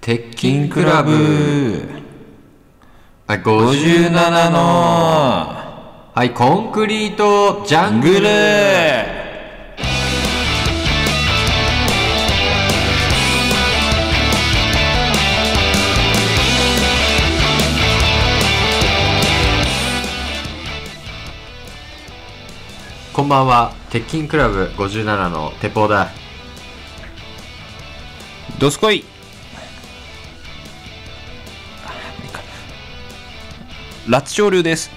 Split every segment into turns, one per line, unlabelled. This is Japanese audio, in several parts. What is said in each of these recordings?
鉄
キ
筋
ン
ク
ク
ラ
ラ
ブ
ブ
あ57
57の
はいコンクリートジャング
グル
ルこんばんは鉄筋クラブ57の鉄砲だ
どすこいラッツ潮流です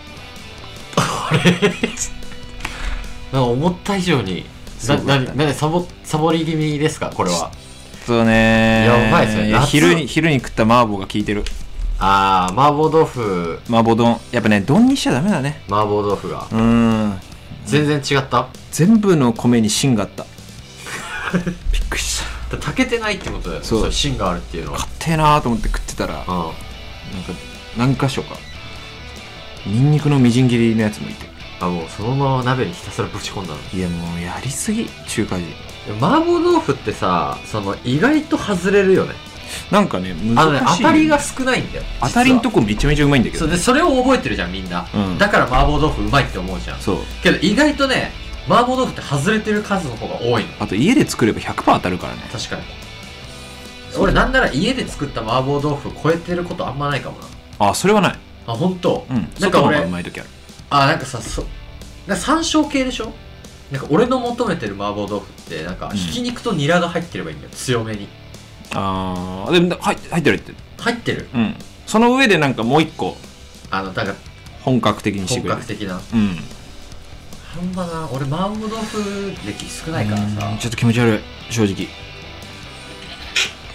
なんか思った以上にな
そうだ
な
ったね
なんでサボサボり気味ですかこれは
そうね
やばいっすね夏
昼に昼に食った麻婆が効いてる
ああ麻婆豆腐
麻婆丼やっぱね丼にしちゃダメだね
麻婆豆腐が
うん
全然違った
全部の米に芯があったびっくりした
炊けてないってことだよね
そう
それ芯があるっていうのは
硬えなーと思って食ってたらなんか
うん
何箇所かニンニクのみじん切りのやつもいて
あもうそのまま鍋にひたすらぶち込んだの
いやもうやりすぎ中華人
麻婆豆腐ってさその意外と外れるよね
なんかね
あのね
難しい
当たりが少ないんだよ
当たりん
実
とこめちゃめちゃうまいんだけ
は
ど
そう
ね、
でそれを覚えてるじゃんみんな、
うん
だから麻婆豆腐うまいって思うじゃん
そう
けど意外とね麻婆豆腐って外れてる数の方が多いの
あと家で作れば100%当たるからね
確かに俺なんなら家で作った麻婆豆腐超えてることあんまないかもな
あそれはない
あ本当。
うん
なんか
外の方
俺
がうまい時ある
あなんかさそなんか山椒系でしょなんか俺の求めてる麻婆豆腐ってなんか
うん
ひき肉とニラが入ってればいいんだよ強めに
あーでも入入ってるって
入ってる
うんその上でなんかもう一個
あのだから
本格的にして
本
くれる
格的な
うん
ほんまな俺麻婆豆腐歴少ないから
うん
さ
ちょっと気持ち悪い正直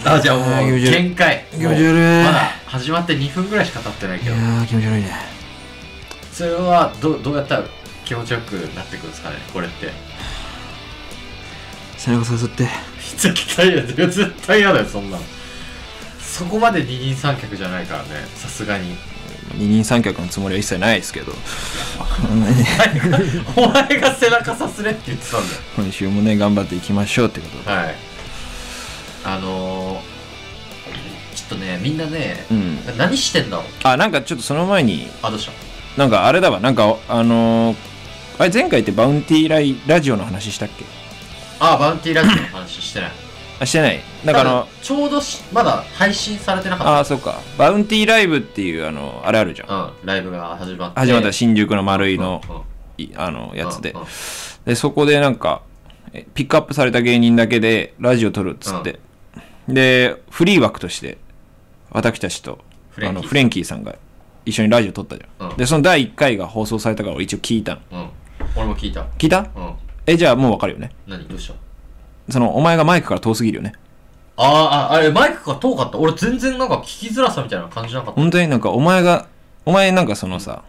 あじゃあも
あー
う
気持ち悪い
限界
気持ち悪い
もうまだ始まって2分ぐらいしか経ってない
い
け
や
ど
ー気持ち悪いね
それはどどうやったら気持ちよくなってくるんですかねこれって
背中誘って
絶対嫌だよ 絶対嫌だよそんなのそこまで二人三脚じゃないからねさすがに
二人三脚のつもりは一切ないですけど
お前が背中さすれって言ってたんだよ
今週もね頑張っていきましょうってことで
はいあのー、ちょっとねみんなね、
うん
何してんだろう
あなんかちょっとその前に
あどうした
なんかあれだわなんかあのーあれ前回ってバウンティーライラジオの話したっけ
あバウンティーラジオの話してない
あしてないなんかあ
多
の
分ちょうどしまだ配信されてなか
あ
っ
あそうかバウンティーライブっていうあのあれあるじゃん
たうんライブが始まって
始まった新宿の丸いの
うんうん
いあのやつで
うんうん
でそこでなんかえピックアップされた芸人だけでラジオ撮るっつってでフリー枠として私たちと
フレン
あ
キー
のフレンキーさんが一緒にラジオ撮ったじゃ
うん
んでその第1回が放送されたから俺一応聞いたの
うん俺も聞いた
聞いた
うん
えじゃあもうわかるよね
何どうした
そのお前がマイクから遠すぎるよね
あーあ、あれ、マイクが遠かった。俺全然なんか聞きづらさみたいなの感じなかった。
本当になんかお前がお前なんかそのさ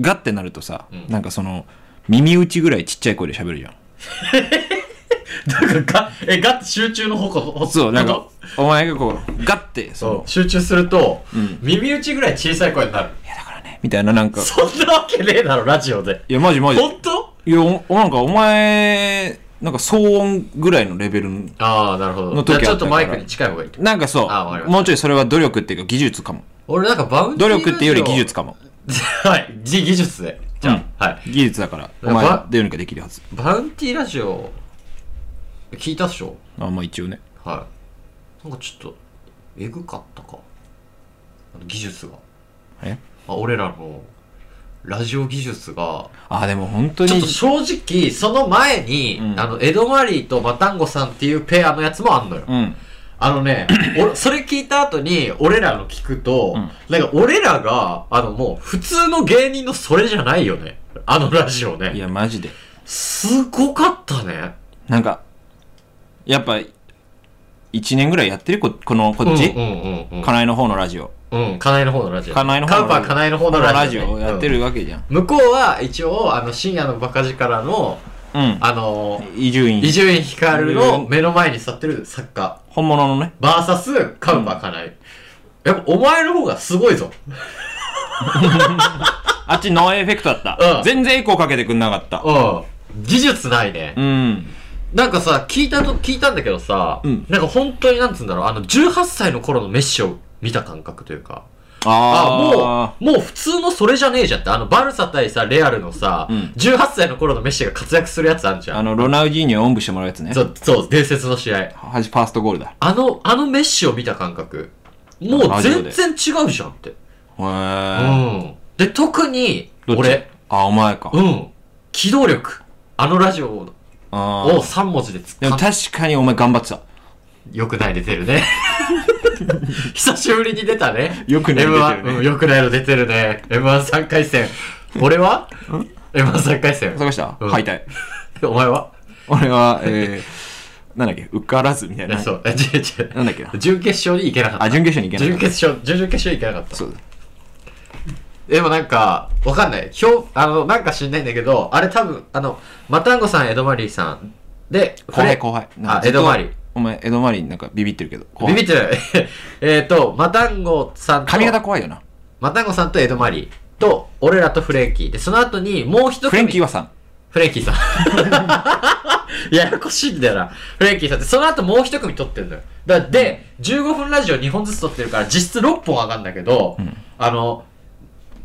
ガッてなるとさ、
うん
なんかその耳打ちぐらいちっちゃい声で喋るじゃん
なんかが、え、ガッて集中の方向、
そうなんかお前がこうガッてそ
そ
の
う、集中すると、
ん
耳打ちぐらい小さい声になる。
いやだからねみたいななんか
そんなわけねえだろ、ラジオで。
いやマジマジ
本当
いやおおなんかお前なんか騒音ぐらいのレベルの
ああ、なるほ
の
ど。じゃ
時
あちょ
あ
っ
っ
と
たから
マイクに近い方がいいと。
なんかそ
あわかりま
う
した
もうちょいそれは努力っていうか技術かも
俺なんかバウンティ
努
ー
力っていうより技術
か。
かも
はい、じ技術で。じゃあ、
うん
はい。
技術だからお
やば
前はどうにかできるはず
バウンティーラジオ、聞いたっしょ
あまあ一応ね
はい。なんかちょっと、えぐかったか。あの技術が。
え
あ俺らのラジオ技術が
あでも本当に
ちょっと正直その前に、
うん
あのエド・マリーとマタンゴさんっていうペアのやつもあんのよ、
うん
あの ね俺それ聞いた後に俺らの聞くと、
うん
なんか俺らがあのもう普通の芸人のそれじゃないよねあのラジオ
い
ね
やマジです
ごかったね
なんか、やっぱ、1年ぐらいやってるここの、こっ
うんう
ち、
んうんうん
かなえの方のラジオ。
うん金井の方のラジオ
金井の方
カ
の
ウパー金井の方のラジオ,、ね、
をやってるわけじゃん。
うん向こうは一応あの深夜のバカ力の
うん。
あの
伊集院
伊。集院光の目の前に座ってる作家、
本物のね。
バーサスカウパーカナイ。やっぱお前の方がすごいぞ。
あっちノーエフェクトだった。
うん
全然エコーかけてくんなかった。
うん。技術ないね
う。ん。
なんかさ、聞いたと、聞いたんだけどさ、
うん
なんか本当になんつうんだろう、あの、18歳の頃のメッシを見た感覚というか、あ
ああ、
もう、もう普通のそれじゃねえじゃんって、あの、バルサ対さ、レアルのさ、
うん
18歳の頃のメッシが活躍するやつあんじゃ
あ
ん。
の、ロナウジーニョをおんぶしてもらうやつね。
そう、そう、伝説の試合。
はじ、ファーストゴールだ。
あの、あのメッシを見た感覚、もう全然違うじゃんって。
へ
う
え。
ん。で、特に、
どっち
俺、
あ、お前か。
うん、機動力。あのラジオを
あー
3文字でつ
でも確かにお前頑張ってた。
よくない出てる ね。久しぶりに出たね。
よくない出てるね
M1 うん、よくないの出てるね。M13 回戦。俺は ?M13 回戦。
探した
うん
敗 退。
お前は
俺は、えー、なんだっけ、受からずみたい
え
な。
そう。え、違う違う。
なんだっけな。
準決勝に行けなかった。
あ、準決勝に行けな
準
い。
決勝、準々決勝行けなかった。
そうだ。
でもなんか、わかんない。ひょあの、なんか知んないんだけど、あれ多分、あの、マタンゴさん、エドマリーさん。で、
後輩後輩。なん
あ
か、ず
エ
っと
ドマリー。
お前、江戸マリーなんかビビってるけど。後
ビビ
輩
ってない。 えっと、マタンゴさんと、
髪型怖いよな。
マタンゴさんとエドマリーと、俺らとフレンキー。で、その後に、もう一組。
フレンキー
は
はさん。
フレンキーさん。ややこしいんだよな。フレンキーさんって、その後もう一組撮ってるのよ。だで、15分ラジオ2本ずつ撮ってるから、実質6本上がるんだけど、
うん
あの、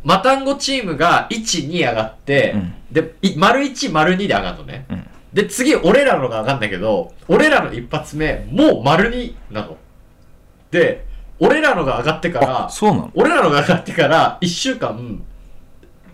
マタンゴチームが1、2上がって、
うん
で、い丸1、丸2で上がるのね。
うん
で、次、俺らのが上がるんだけど、俺らの一発目、もう丸2なの。で、俺らのが上がってから、
あ、そうなの
俺らのが上がってから1週間ん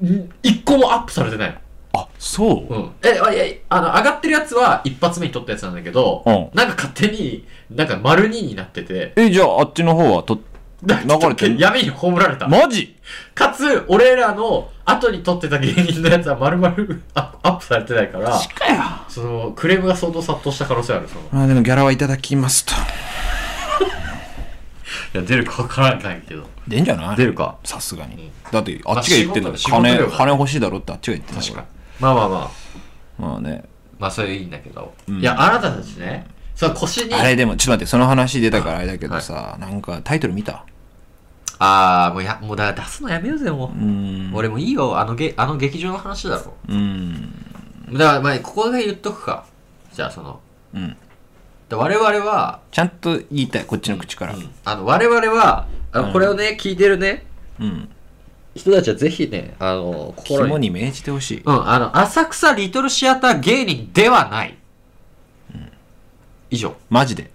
1個もアップされてない
あ、そう
の、うん、えあいやあの上がってるやつは一発目に撮ったやつなんだけど、
うん
なんか勝手になんか丸2になってて
え、じゃああっちの方 はと、
なんか
流れてる
闇に葬られた、
マジ
かつ俺らの後に撮ってた芸人のやつは丸々アアップされてないから
かよ。
そのクレームが相当殺到した可能性あるそのい
まあでもギャラはいただきますと。
や出るか分からないけど
出んじゃない
出るか
さすがに
ん。
だってあっちが言ってんだ
まあ
から
仕事だ
金、
よ
金欲しいだろってあっちが言ってんだ
確かにまあまあまあ
まあね。
まあそれいいんだけど、
ん
いやあなたたちねその腰に
あれでも、ちょっと待って、その話出たからあれだけどさ、なんかタイトル見た
ああ、もうや、もうだから出すのやめようぜ、も
うーん。
う。俺もいいよ、あのげ、あの劇場の話だろ。
うーん。
だから、まあ、ここで言っとくか。じゃあ、その、
うん。
で我々は、
ちゃんと言いたい、こっちの口から。
うんあの、我々は、あの、これをね、聞いてるね、
うん。
人たちはぜひね、あの、
肝
心に。
に銘じてほしい。
うん、あの、浅草リトルシアター芸人ではない。以上。
マジで。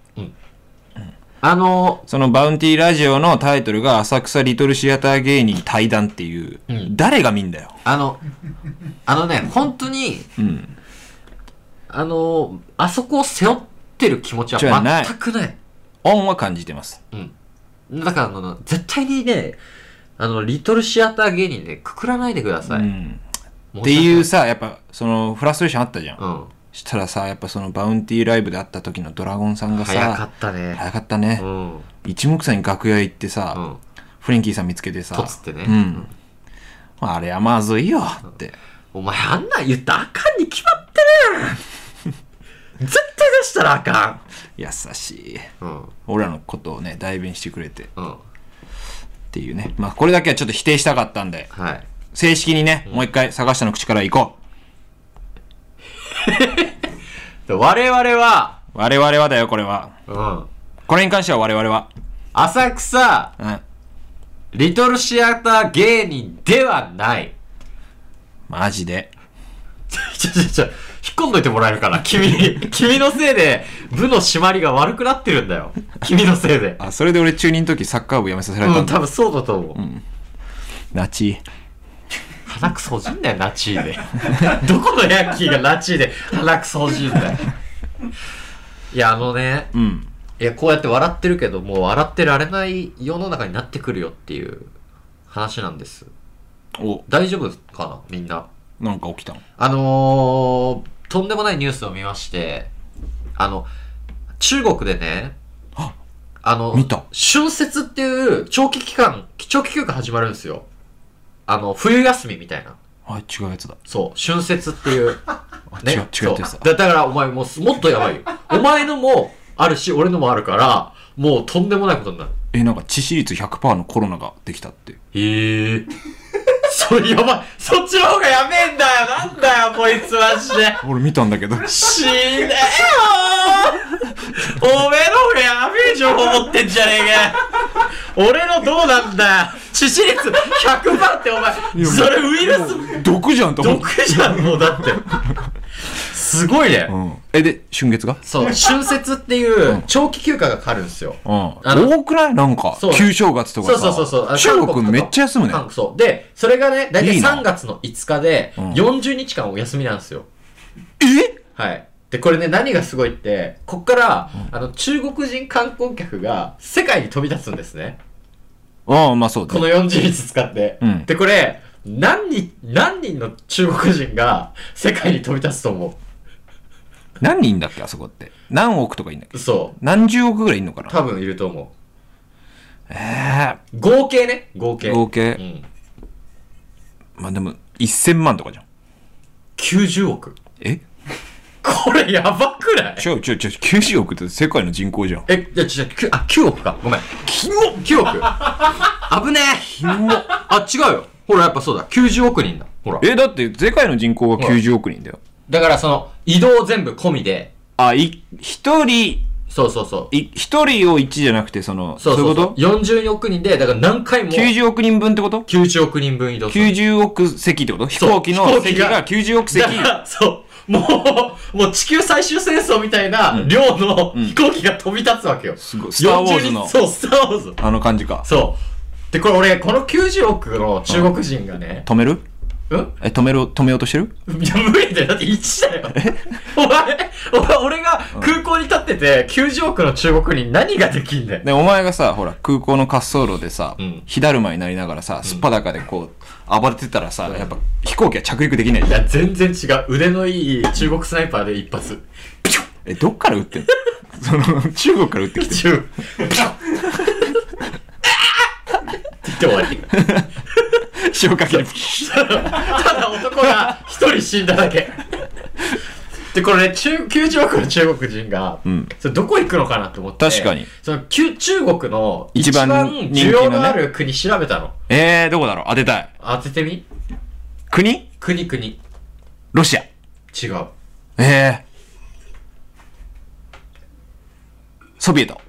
あの、
そのバウンティーラジオのタイトルが浅草リトルシアター芸人対談っていう、
うん
誰が見んだよ。
あの、あのね、本当に、
うん。
あの、あそこを背負ってる気持ちは
じゃない
全くない。
恩は感じてます。
うん。だから、あの、絶対にね、あの、リトルシアター芸人でくくらないでください。
うん。っ
って
いう。さ、やっぱ、その、フラストレーションあったじゃん。
うん。
したらさ、やっぱそのバウンティーライブで会った時のドラゴンさんがさ、
早かったね。
早かったね
う。ん。うん。
一目散に楽屋行ってさ、フレンキーさん見つけてさ、
とつってね。
うん。まあ、あれはまずいよって。
お前、あんなん言ったらあかんに決まってるやん絶対出したらあか
優しい。
ん。うん。
俺らのことをね、代弁してくれてっ
うん。
ていうね。まあ、これだけはちょっと否定したかったんで、
はい。
正式にね、もう一回探したの口から行こう。
で我々は、
我々はだよ、これは。
うん。
これに関しては我々は。
浅草、
うん。
リトルシアター芸人ではない。
マジで。
ちょちょちょ、引っ込んどいてもらえるかな君、君のせいで部の締まりが悪くなってるんだよ。君のせいで。
あ、それで俺中二の時サッカー部辞めさせられた
うんん、
だ。
多分そうだと思う。
ナチ。
鼻くそほじんだよ、ナチーで。 どこのヤッキーがナチーで鼻くそほじんだよ。いや、あのね、
うん。
いや、こうやって笑ってるけど、もう笑ってられない世の中になってくるよっていう話なんです。
お、
大丈夫かなみんな。
なんか起きたの。
あのー、とんでもないニュースを見まして、あの、中国でね、
あ
あの、
見た
春節っていう長期期間、長期休暇始まるんですよ。あの、冬休みみたいな。
あ、違うやつだ。
そう、春節っていう。
あ
ね、
違う、違うやつ
そ
だ
う。だだからお前もうすもっとや ばいよ。お前のもあるし、俺のもあるから、もうとんでもないことになる。
えなんか致死率100%のコロナができたって
へえ。そそれやばい。そっちの方がやべえんだよ。なんだよ、こいつマジで。
俺見たんだけ ど。
死ねよーおめえの方がやべえ情報持ってんじゃねえかよ俺のどうなんだよ致死率100%ってお前それウイルス
毒じゃんと思って。
毒じゃんもうだ ってすごいね、
うん。え、で、春月が
そう春節っていう長期休暇がかかるんですよ
うん。
あの
多くないなんか
そう、
旧正月とか
そう
さ。
そうそうそうあの
中
韓
国
とか
めっちゃ休むね。
韓国そうでそれがね大
い
体
いな
3月の5日で
うん
40日間お休みなんですよ、
え
はい。で、これね、何がすごいって、こっから、あの、中国人観光客が世界に飛び立つんですね。
ああ、まあそうだ
こ
ね
の40日使って。
うん
で、これ、何人、何人の中国人が世界に飛び立つと思
何人だっけあそこって。何億とかいんだっけ
うそう。
何十億ぐらいいんのかな
多分いると思
え
う。合計ね。合
え
計。
合
う
計。
ん。
まあでも、1000万とかじゃん。
90億。
え
これやばくない
違う違う違う、90億って世界の人口じゃん。
え、じゃ、じゃ、きゅあ、9億か。ごめん。キモ !9 億。危ねえ。キモ。あ、違うよ。ほら、やっぱそうだ。90億人だ。ほら。
え、だって世界の人口が90億人だよ。
だからその、移動全部込みで、
あ、い、一人、
そうそうそう。
い一人を1じゃなくて、その、
そうそう
そう
そ
いううこ
40億人で、だから何回も
と ?90 億人分ってこと
90億人分移動する。
90億席ってこと飛
う
行機
飛行
の
機
席
が
が90億席
だから、そう。もう、もう地球最終戦争みたいな量の飛行機が飛び立つわけよ。
すごいスターウォーズの
40そう、スターウォーズ。
あの感じか
そう。で、これ俺、この90億の中国人がね、
止める
うん
え止める止めようとしてる
いや、無理だよ。だって1だよ。お前、お前、俺が空港に立ってて、90億の中国に何ができんだよ。
でお前がさほら空港の滑走路でさ、
うん
火だるまになりながらさすっぱだかでこう暴れてたらさ、やっぱ飛行機は着陸できない
い
じゃん
や、全然違う。腕のいい中国スナイパーで一発。ピュッ
えどっから撃ってんのその中国から撃ってきて
中、ピュッって言って終わり。
る消火器でピシ
ただ男が一人死んだだけ。で、これね、中、90億の中国人が、
ん
それどこ行くのかなと思って。
確かに。
その、きゅ中国の一
一
番
番
需要のある国調べたの。
ッ えー、どこだろう当てたい
当ててみ
国
国国。
ロシア
違う。
えー、ソビエト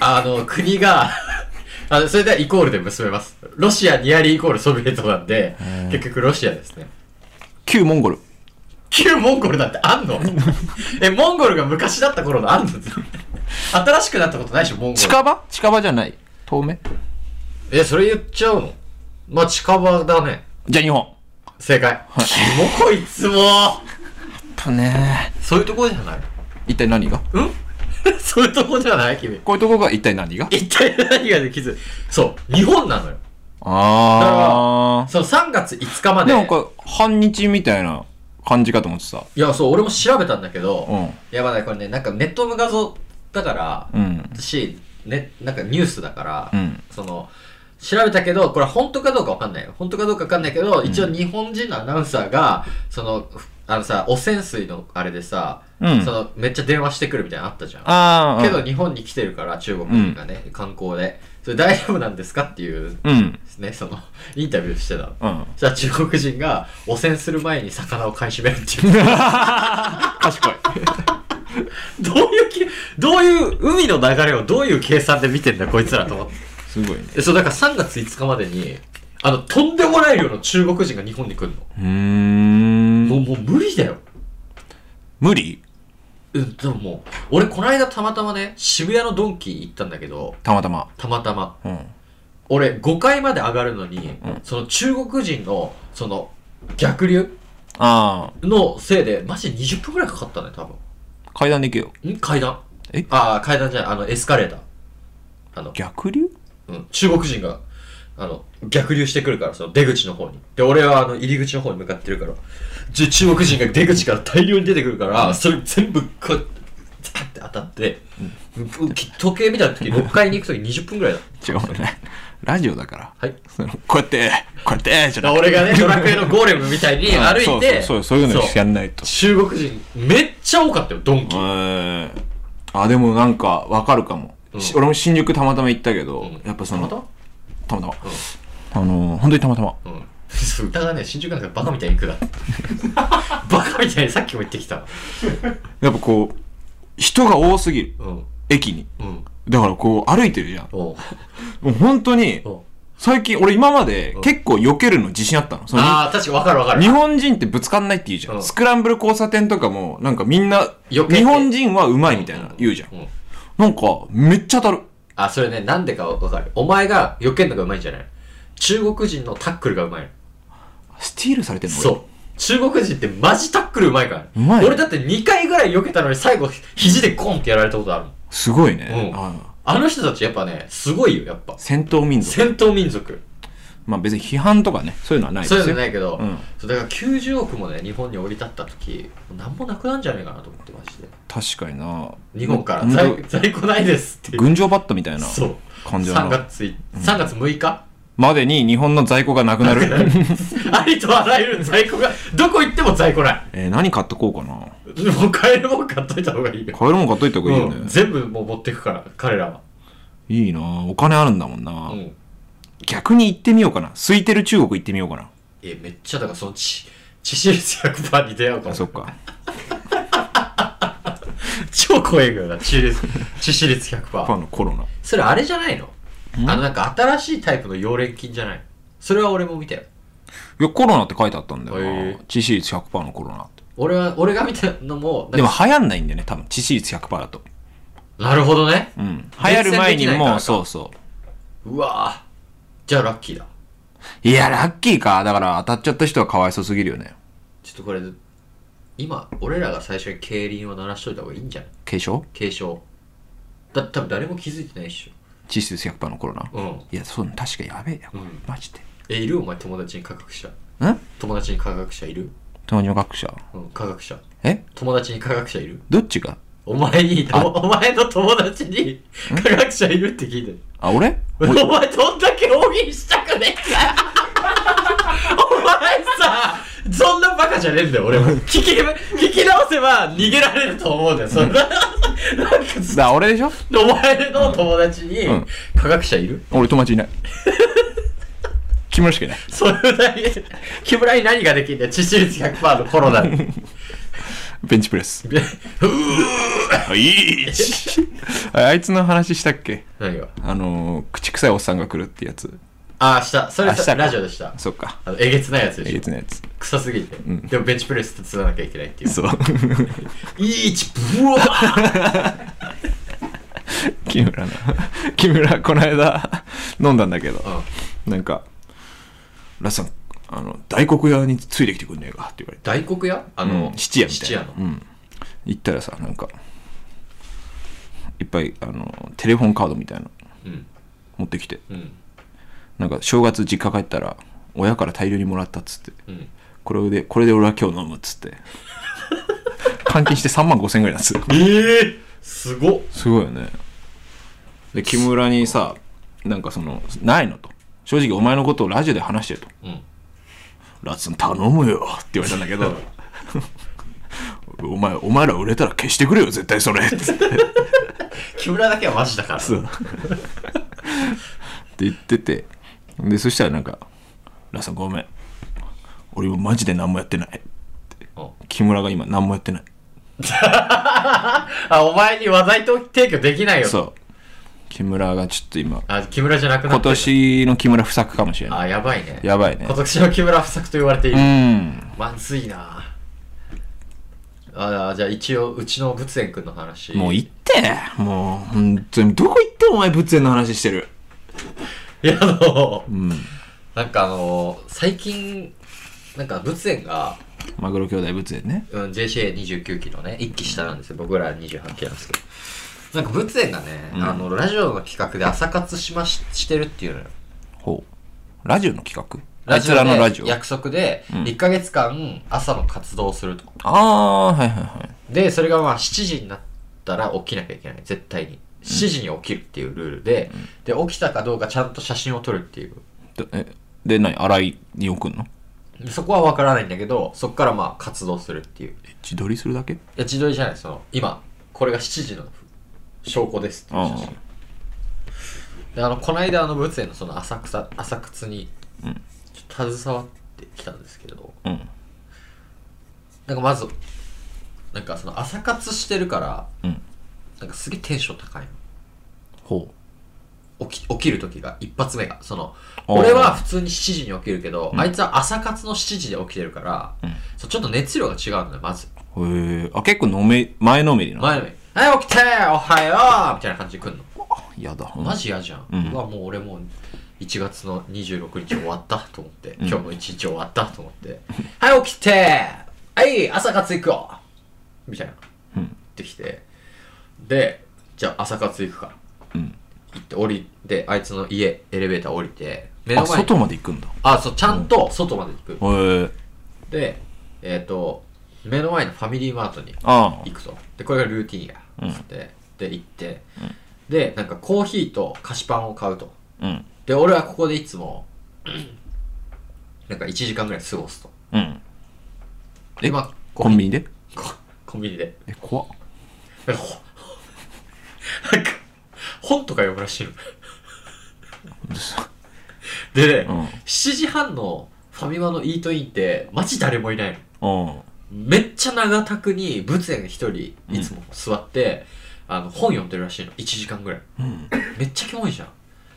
あの、国が、 あの、それではイコールで結べます。ロシアニアリーイコールソビエトなんで、結局ロシアですね。
旧モンゴル
旧モンゴルなんてあん のえ、モンゴルが昔だった頃のあんの 新しくなったことないでしょ、モンゴル。
近場近場じゃない遠目
え、それ言っちゃうのまあ、近場だね。
じゃあ日本
正解。キモこいつも
とね
そういうとこじゃない
一体何が
うん そういうとこじゃない君。
こういうとこが一体何が
一体何ができず。そう、日本なのよ。
あ
その3月5日ま
あ
で。
でもこれ半日みたいな感じかと思ってさ
いや、そう、俺も調べたんだけど、
うん
やばい、これね、なんかネットの画像だから、
うん
私、ね、なんかニュースだから、
うん
その、調べたけど、これ本当かどうかわかんないよ。本当かどうかわかんないけど、一応日本人のアナウンサーが、その、ふあのさ、汚染水のあれでさ、
うん
その、めっちゃ電話してくるみたいなのあったじゃん。
ああ
けど日本に来てるから、中国人がね、観光で。それ大丈夫なんですかっていう、
うん
ね、その、インタビューしてたの。
うん
じゃあ中国人が汚染する前に魚を買い占めるっていう。
賢い
どういうき、どういう海の流れをどういう計算で見てんだこいつらと思って。
すごいね
えそう、だから3月5日までに、あの、とんでもない量の中国人が日本に来るの。
うーん
もう、もう無理だよ。
無理
うん、でももう、俺この間たまたまね、渋谷のドンキー行ったんだけど、
たまたま
たまたま。
うん
俺5階まで上がるのに、その中国人の、その、逆流
あ
のせいで、マジで20分くらいかかったね、多
あ階段で行けよ
分。ん階段。
え
ああ、階段じゃない、あの、エスカレーター。あの、
逆流
うん、中国人が、あの、逆流してくるから、その出口の方に。で、俺はあの、入り口の方に向かってるから。じ中国人が出口から大量に出てくるから、それ全部こう、ザーって当たって、うんき時計見た時、6階に行く時20分ぐらいだ。
違う俺ねラジオだから
はい。
そのこうやってこうやってじゃ
だ
な
から俺
く
がね、ドラクエのゴーレムみたいに
てうん
歩いて、
そうそうそうそういうのやんないと
そう中国人、めっちゃ多かったよ、ドンキ。
えーあでもなんかわかるかも、
うん
し俺も新宿たまたま行ったけど、
うん
やっぱその
また
たまたま、あのー本当にたまたま
うん。 そう歌がね新宿なんかバカみたいに行くだバカみたいにさっきも言ってきた
やっぱこう、人が多すぎる。
うん
駅に。
うん
だからこう歩いてるじゃん。
おう
もう本当に、
おう
最近、俺今まで結構避けるの自信あったの。その
ああ確かに分かる分かる
日本人ってぶつかんないって言うじゃ
うん
ん。スクランブル交差点とかも、なんかみんな、
避けて
日本人はうまいみたいな言うじゃん。
ん
なんか、めっちゃ当たる。
あそれねなんでか分かるお前が避けんのがうまいんじゃない中国人のタックルがうまいの
スティールされてんの俺
そう中国人ってマジタックルうまいからね
うまいね
俺だって2回ぐらい避けたのに最後肘でコンってやられたことあるもん
すごいね。
うん
あ
あの人たちやっぱねすごいよやっぱ
戦闘民族。
戦闘民族
まあ別に批判とかね、そういうのはないです
そう
よ。
いうのないけど、
うん
そうだから90億もね日本に降り立った時もう何もなくなんじゃねえかなと思ってまして
確かにな。
日本から
本当
在在庫ないですっていう
群青バットみたいな
そう
感じだ
3
な。
月い3月6日、
までに日本の在庫がなくなる。
ありとあらゆる在庫がどこ行っても在庫ない
えー何買っとこうかな。
もう買えるもん買っといた方がいいよ
買えるもん買っといた方がいいよ
うん
ね。
全部もう持ってくから彼らは、
いいなお金あるんだもんな、
うん、
逆に行ってみようかな。空いてる中国行ってみようかな。
えめっちゃだからそのち致死率100%に出会うか
あ、
ら
そっか。
超怖いから致死率致死率100%
パンのコロナ。
それあれじゃないの
ん
あのなんか新しいタイプの溶連菌じゃないそれは俺も見たよ
いや、コロナって書いてあったんだよな。
へえ
致死率100%のコロナって。
俺は俺が見たのもなんか
でも流行んないんだよね、多分。致死率100%だと。
なるほどね
うん。流行
伝
る前に
染できないから
もう、
か
そうそう
わぁじゃあラッキーだ
う。いや、ラッキーか。だから当たっちゃった人はかわいそうすぎるよね。
ちょっとこれ今俺らが最初に競輪を鳴らしといた方がいいんじゃない
軽症
軽症だ多分誰も気づいてないっし
致死率100%のコロナ。
ょうん
いや、そう、確かやべえよ、これ
うん
マジで。
えいるお前友達に科学者
ん
友達に科学者いる
友達の学者。
うん科学者
え
友達に科学者いる
どっちが
お前におお前の友達に科学者いるって聞いてる
あ、俺
お前どんだけ大喜利したくねえかお前さそんなバカじゃねえんだよ俺も聞き聞き直せば逃げられると思うんだよそんななんかず
だ、俺でしょ
お前の友達に
うん
科学者いる、
俺友達いない。 木村しかいない。
それだけ木村に何ができるんだよ致死率100%のコロ ナう
ベンチプレス。はい。ああいつの話したっけ
何が
あのー、口臭いおっさんが来るってやつ。
ああしたそれ
あした
さ
か
ラジオでした
そっか。
あのえげつないやつ
え
で
げ
しょ
つのやつ。
臭すぎて、でもベンチプレスってつらなきゃいけないっていう
そう。
いいちブワー
木村な。木村、この間、飲んだんだけど、
うん
なんか、ラスさん、あの、大黒屋についてきてくんねえかって言われて。
大黒屋あの、
うん質屋みたい
質
な
屋の
うん、行ったらさなんかいっぱいあのテレフォンカードみたいなの
うん
持ってきて
うん
なんか正月実家帰ったら親から大量にもらったっつって
うん
これでこれで俺は今日飲むっつって換金して3万5千円ぐらいなんですよ
ええすごっ
すごいよねで木村にさなんかその「ないの?」と「正直お前のことをラジオで話してる」と
うん
「ラッツン頼むよ」って言われたんだけどお前お前ら売れたら消してくれよ絶対それっつって
木村だけはマジだから
そうって言っててでそしたらなんか「ラさんごめん俺今マジで何もやってない
うん」
木村が今何もやってない
あお前に話題と提供できないよ
そう木村がちょっと今
あ木村じゃなくな
今
ってる
年の木村不作かもしれない
あやばいね
やばいね
今年の木村不作と言われている、
うん
まずいなあじゃあ一応うちの仏縁君の話
もう行ってもう本当にどこ行ってもお前仏縁の話してる
いやあの
うん
なんかあの最近なんか仏縁が、
マグロ兄弟仏縁ね
うん、JCA29 期のね1期下なんですよ僕ら28期なんですけどなんか仏縁がね、
うん
あのラジオの企画で朝活しまししてるっていうのよ
ほうラジオの企画あ
ラ
いつらのラジオ
で約束で
うん
1ヶ月間朝の活動をすると、
ああーはいはいはい
でそれがまあ7時になったら起きなきゃいけない絶対に7時に起きるっていうルールで、で起きたかどうかちゃんと写真を撮るっていう
でえで何洗いに送んの
そこは分からないんだけどそこからまあ活動するっていうい
え自撮りするだけ
や自撮りじゃないその今これが7時の証拠ですっていう写真
あ
であのこの間あの仏園のその浅草浅靴に
うん
ちょっと携わっってきたんですけれど、
うん
なんかまず、なんかその朝活してるから、
うん
なんかすげえテンション高い
ほう
の。起き起きる時が、一発目が。その、
おー
俺は普通に7時に起きるけど、あいつは朝活の7時で起きてるから、そうちょっと熱量が違うんだよ、まず。
へえあ結構のめ前のめりなの
前のめりはい、起きておはようみたいな感じで来んの。
やだ
マジ嫌じゃん。
うん
うわ、もう俺もう1月の26日終わったと思って、今日も1日終わったと思って、 はい、起きてはい、朝活行くよみたいな。
うん
ってきて、で、じゃあ朝活行くか。
うん
行って降りて、あいつの家、エレベーター降りて、目の
あ
前に
外まで行くんだ
あ、そう、ちゃんと外まで行く。
へえ
で、えっ、と、目の前のファミリーマートに
あ
行くと。で、これがルーティンや。つって、で、行って、で、なんかコーヒーと菓子パンを買うと。
あうん
で、俺はここでいつも、なんか1時間ぐらい過ごすと。
うん
で、まあ、コ
コンビニで
ココンビニで。
え怖っ
なんか、ほなんか本とか読むらしいの。でね、
うん
7時半のファミマのイートインって、マジ誰もいないの。
うん
めっちゃ長田区に仏園一人いつも座って、あの本読んでるらしいの1時間ぐらい
うん
めっちゃキモいじゃ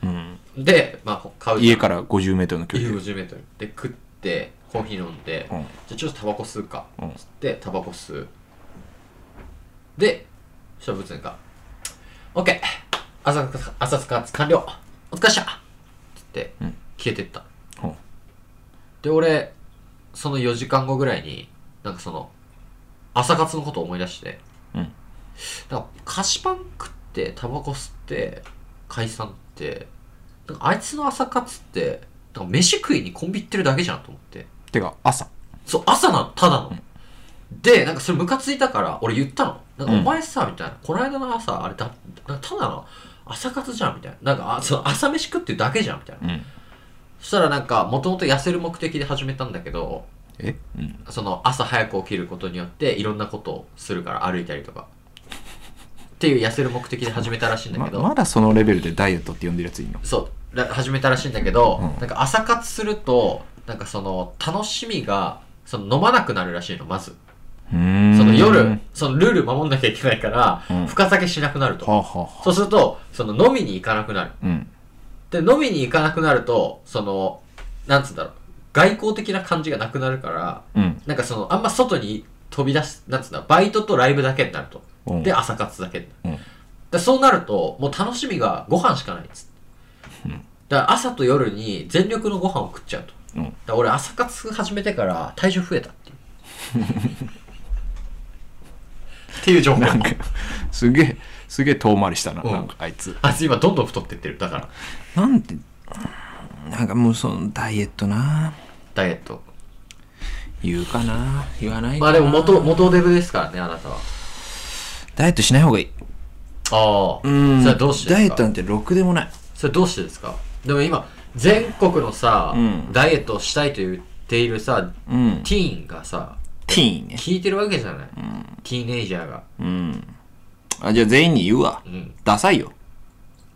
うん
んでまあ買う
家からら50メートルの距
家
離
50m で食ってコーヒー飲んで、
うん
じゃあちょっとタバコ吸うか
うん
つってタバコ吸うでそしたら仏園が「OK 朝活朝活完了お疲れっした!」って言って、
うん
消えてった
うん
で俺その4時間後ぐらいになんかその朝活のことを思い出して
うん
なんか菓子パン食ってタバコ吸って解散ってなんかあいつの朝活ってなんか飯食いにコンビ行ってるだけじゃんと思って
てか朝
そう朝なのただの、でなんかそれムカついたから俺言ったのなんか
うん
お前さ、みたいなこの間の朝あれだなんかただの朝活じゃんみたいななんかあその朝飯食ってるだけじゃんみたいな
うん
そしたらなんかもともと痩せる目的で始めたんだけど
えうん
その朝早く起きることによっていろんなことをするから歩いたりとかっていう痩せる目的で始めたらしいんだ
ま
けど、
まだそのレベルでダイエットって呼んでるやついいの
そうら始めたらしいんだけど、
うん
なんか朝活するとなんかその楽しみがその飲まなくなるらしいのまず
うーん
その夜そのルール守んなきゃいけないから、
うん
深酒しなくなると、
はあ、はあはあ、
そうするとその飲みに行かなくなる
うん
で飲みに行かなくなるとそのなんつうんだろう外交的な感じがなくなるから
うん
なんかそのあんま外に飛び出すなんつうんだバイトとライブだけになると
うん
で朝活だけになる
うん
でそうなるともう楽しみがご飯しかないっつってだから朝と夜に全力のご飯を食っちゃうとだか
うん
ら俺朝活始めてから体重増えた っていうっていう情報
なんかすげえすげえ遠回りしたな,、
うん
なんかあいつ
あいつ今どんどん太ってってるだから
なんてなんかもうそのダイエットな
ダイエット
言うかな言わないか
ま
な
あでも元元デブですからねあなたは
ダイエットしない方がいい
ああ
うん
それはどうして
ダ
で
イエ
す
ッ
か
トなんてろくでもない
それどうしてですかでも今全国のさ、
うん
ダイエットをしたいと言っているさ
うん
ティーンがさ
ティーンね
聞いてるわけじゃない、ティーネイジャーが
うんあじゃあ全員に言うわ、
ん
ダサいよ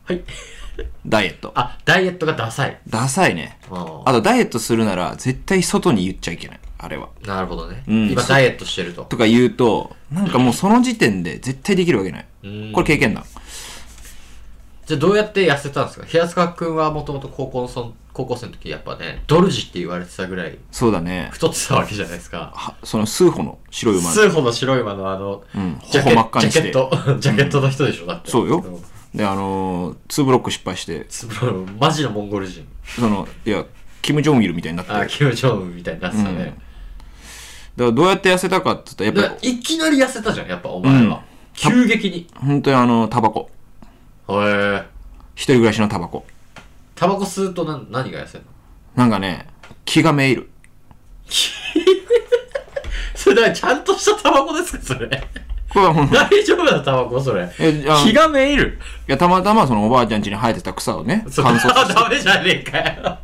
はい
ダイエット
あダイエットがダサい
ダサいね
あ
あとダイエットするなら絶対外に言っちゃいけないあれは
あなるほどね、
うん
今
そう
ダイエットしてると
とか言うとなんかもうその時点で絶対できるわけない
うん
これ経験だ
じゃあどうやって痩せたんですか平塚君はもともと高校のそん高校生の時やっぱねドルジって言われてたぐらい
そうだね
太ってたわけじゃないですか
はその数歩の白い馬
数歩の白い馬のあの、
うん
ジャケ
頬真っ赤にし
ジャケッ
て
トジャケットの人でしょだって
そうよ
ん
であのー、2ブロック失敗して
つぶろマジのモンゴル人
そのいやキム・ジョンイルみたいになって
あ
だ
ー
か
キム・ジョンウンみたいになってたね、
らどうやって痩せたかって言った
だ
ら
か
や
ら
っ
い
ぱ
きなり痩せたじゃんやっぱお前は、急激に
り本当にあのタバコ
へえ
一人暮らしのタバコ
タバコ吸うとな何が痩せるの
なんかね気がめいる
それだからちゃんとしたタバコですかそれ
これはほんい
大丈夫なタバコそれ
えあの
気がめいる
やたまたまそのおばあちゃん家に生えてた草をね
そ
乾
れ
燥さ
は ダメじゃねえかよ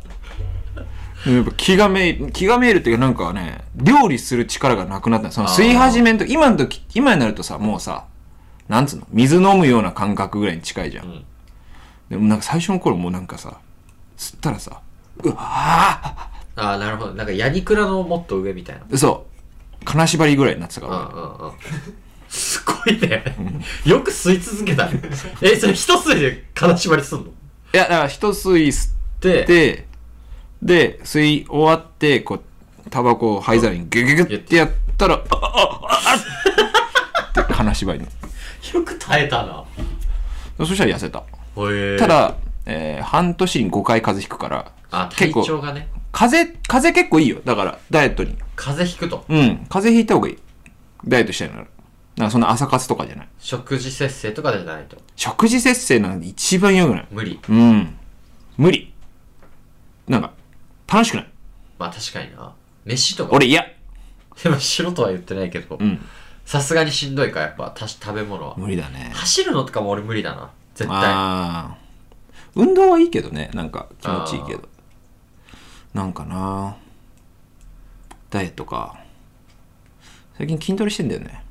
せてやっぱ気がめいる気がめいるっていうかなんかね料理する力がなくなったその吸い始めんと今の時今になるとさもうさなんつうの水飲むような感覚ぐらいに近いじゃん、
ん
でもなんか最初の頃もうなんかさ吸ったらさうわーっ
ああ、なるほど。なんか、ヤニクラのもっと上みたいな。
そう金縛りぐらいになってたか
う
ら
んうんうん。すごいね。よく吸い続けたね。え、それ一吸いで金縛りすんの
いやだから一吸い吸っ
で、
てで吸い終わってこうタバコを灰皿にギュギュギュってやったらああああって金縛りに
よく耐えたな。
そしたら痩せた
へえ。
た、だ、えー半年に5回風邪ひくから
あ、体
結構
調がね、
風邪風邪結構いいよだからダイエットに
風邪ひくと。
うん風邪ひいた方がいいダイエットしたいならだからそんな朝活とかじゃない
食事節制とかじゃないと。
食事節制なんて一番良くない
無理。
うん無理なんか楽しくない
まあ確かにな。飯とか。
俺嫌
でもしろとは言ってないけど
ん。
さすがにしんどいか、やっぱ、たし食べ物は。
無理だね
走るのとかも俺無理だな。絶対。
ああ運動はいいけどねなんか気持ちいいけどなんかなダイエットか最近筋トレしてんだよね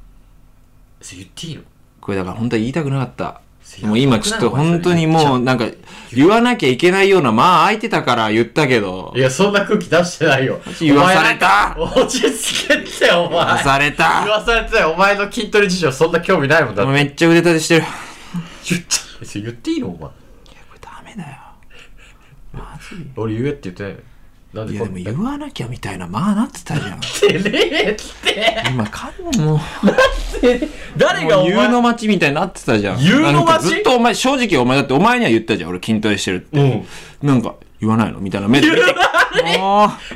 それ言っていいの
これだから本当は言いたくなかった
それ
もう今
やばく
ちょ
ない
っと本当に
それ
もうなんか言わなきゃいけないようなまあ空いてたから言ったけど
いや、そんな空気出してないよ。
言わされた
お前落ち着けって、お前。言
出され
言
た
わされてない。お前の筋トレ事情、そんな興味ないもんだ
も
っ
う
て。
めっちゃ腕立てしてるいや
言っちゃそれ言っていいのお前。
これダメだよ
俺言えって言ってないのになん
い
で
や
こ
でも
んな
言わなきゃみたいなまあなってたじゃん
言ってねえって。
今かんもう
誰が
もう
お
言う
前
の待ちみたいになってたじゃん
言うの待ち
なんかずっとお前正直お前だってお前には言ったじゃん俺筋トレしてるって
うん。
なんか言わないのみたいな目で見ても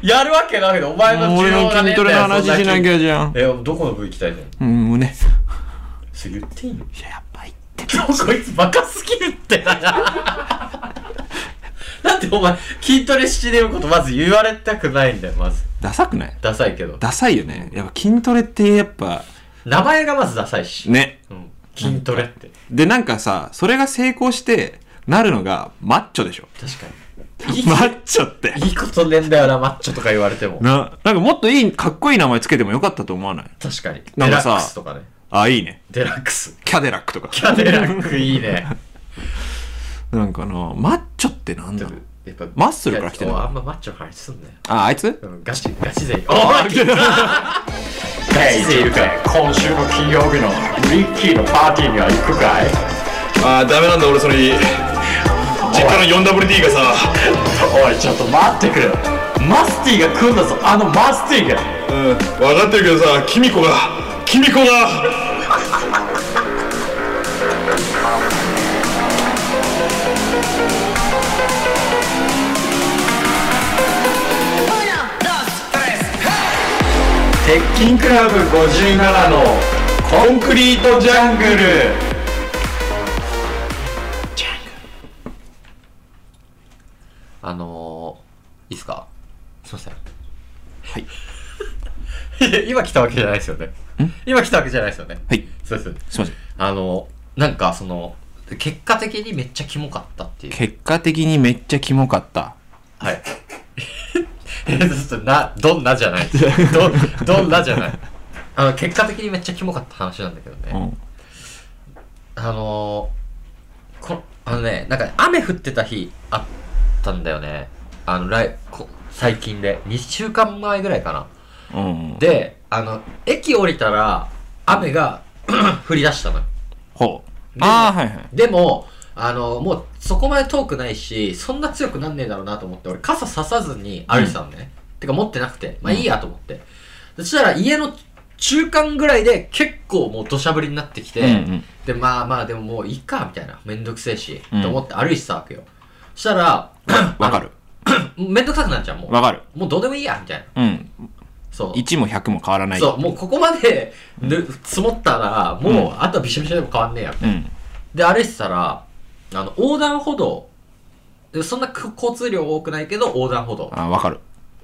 やるわけないけど、お前
う
の
もう俺の筋トレの話しなき
ゃ。
ゃじゃん
え、どこの部位行きたいの
うん胸い
それ言っていいの
ややっぱ言って
こいつバカすぎるって。 だってお前、筋トレしてることまず言われたくないんだよ、まず。
ダサくない
ダサいけど。
ダサいよねやっぱ筋トレってやっぱ
名前がまずダサいし。
ね
うん。筋トレって。
でなんかさそれが成功してなるのがマッチョでしょ
確か
マッチョって
に。いいことねえんだよな、マッチョとか言われても。
ななんかもっといいかっこいい名前つけてもよかったと思わない
確かに。
な
デ
ん
ラ
かさ
ックスとかね。
あいいね
デラックス。
キャデラックとか
キャデラックいいね。
なんかなマッチョってなんだろう
やっぱ
マッスルから来てんの
あんまマッチョの話すんなよ。
ああいつ
うんガチ、ガチ勢。おい ガチ勢いるかい今週の金曜日のミッキーのパーティーには行くかい
あーダメなんだ俺それ実家の 4WD がさ
おい、ちょっと待ってくれ。マスティが来んだぞ、あのマスティが。
うん分かってるけどさキミコがキミコが
鉄筋クラブ57のコンクリートジャングルあのー、いいっすかすいません
はい
いや今来たわけじゃないですよね今来たわけじゃないですよね
はい
そうです
すいません
あのなんかその結果的にめっちゃキモかったっていう
結果的にめっちゃキモかった
はい えちょっとなどんなじゃないどどんなじゃないあの結果的にめっちゃキモかった話なんだけどね、
うん
あのー、こあのね、なんか雨降ってた日あったんだよね。あの、来、こ最近で。2週間前ぐらいかな。
うん
で、あの、駅降りたら、雨が 降り出したのよ。
ほうああはいはい
でも、あの、もうそこまで遠くないし、そんな強くなんねえだろうなと思って、俺傘ささずに歩いてたのね。てか持ってなくて、まあいいやと思って。そしたら家の中間ぐらいで結構もう土砂降りになってきて、
うんうん
でまあまあでももういいかみたいなめんどくせえし、
うん
と思って歩いてたわけよそしたら
わかる
めんどくさくなっちゃうも
わかる
うもうどうでもいいやみたいな
うん
そう
1も100も変わらない
そうもうここまでぬ積もったらもう、あとはびしょびしょでも変わんねえや
うん
で歩いてたらあの横断歩道でそんなく交通量多くないけど横断歩道
あーわかる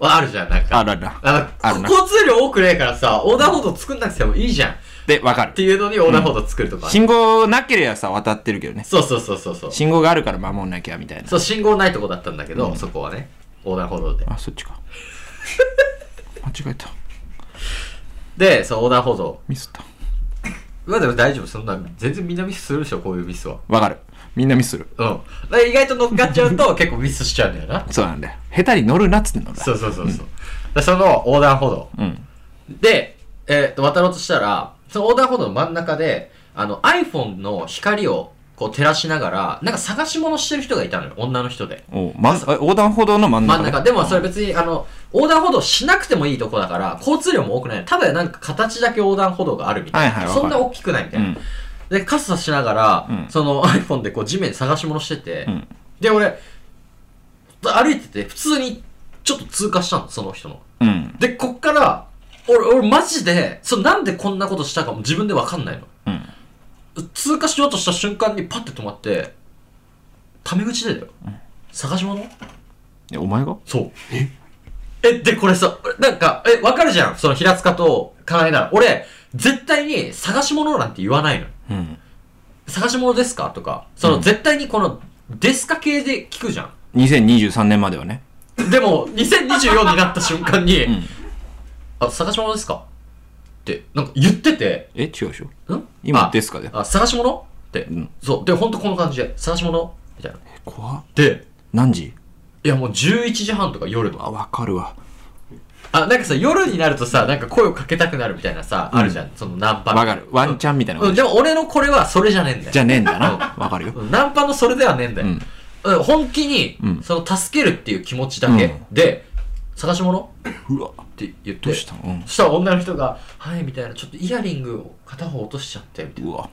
あるじゃんなんか
あらら
あ
ある
の
な
交通量多くないからさ横断歩道作んなくてもいいじゃんっ
でわかる
ていうのに横断歩道作るとか、
信号なければさ渡ってるけどね
そうそうそうそうそう
信号があるから守んなきゃみたいな
そう、信号ないとこだったんだけど、
うん
そこはね、横断歩道で。
あそっちか 間違えた
で、そう、横断歩道。
ミスった
まあでも大丈夫、そんな、全然みんなミスするでしょ、こういうミスは。
わかるみんなミスする。
うん。だから意外と乗っかっちゃう と結構ミスしちゃうんだよな。
そうなんだよ。下手に乗るなっつってんのだ。
そうそうそうそう。でその横断歩道。
うん。
で、えーと、渡ろうとしたら、その横断歩道の真ん中で、あの iPhone の光をこう照らしながら、なんか探し物してる人がいたのよ。女の人で。
おうまん、あ横断歩道の真ん中
真
ね。
ん中。でもそれ別に、あの、横断歩道しなくてもいいとこだから、交通量も多くない。ただなんか形だけ横断歩道があるみたいな。
はいはいわかる
そんな大きくないみた
う
いな。
ん。
で、傘差しながら、
うん
その iPhone でこう地面探し物してて、
うん
で、俺、歩いてて、普通にちょっと通過したの、その人の。
うん。
で、こっから、俺、俺マジで、そのなんでこんなことしたかも自分でわかんないの。
うん。
通過しようとした瞬間にパッて止まって、タメ口でだよ。探し物
えお前が
そう。ええ、で、これさ、なんか、え、わかるじゃんその平塚と金井なら。俺、絶対に探し物なんて言わないの。
うん。
探し物ですかとか、その、絶対にこの、ですか系で聞くじゃん。
2023年まではね。
でも、2024になった瞬間に、
ん
あ、探し物ですかって、なんか言ってて、
え違うでしょ
ん
今
あ
ですかで。
あ、探し物って、
うん
そう。で、ほんとこの感じで、探し物みたいな。
怖っ
で、
何時
いやもう11時半とか夜の。
あ、わかるわ。
あ、なんかさ、夜になるとさ、なんか声をかけたくなるみたいなさ、あるじゃん。そのナンパ。
わかる。ワンチャンみたいなこ
う
と
ん、
でし
でも俺のこれはそれじゃねえんだよ。
ょ。じゃねえんだな。わかるよ。
うんナンパのそれではねえんだよ。うん本気に、
ん
その助けるっていう気持ちだけ
うん
で、探し物っ
うわ。
て言って。
どうしたのうん
そしたら女の人が、はい、みたいな、ちょっとイヤリングを片方落としちゃって、みたいう
わ。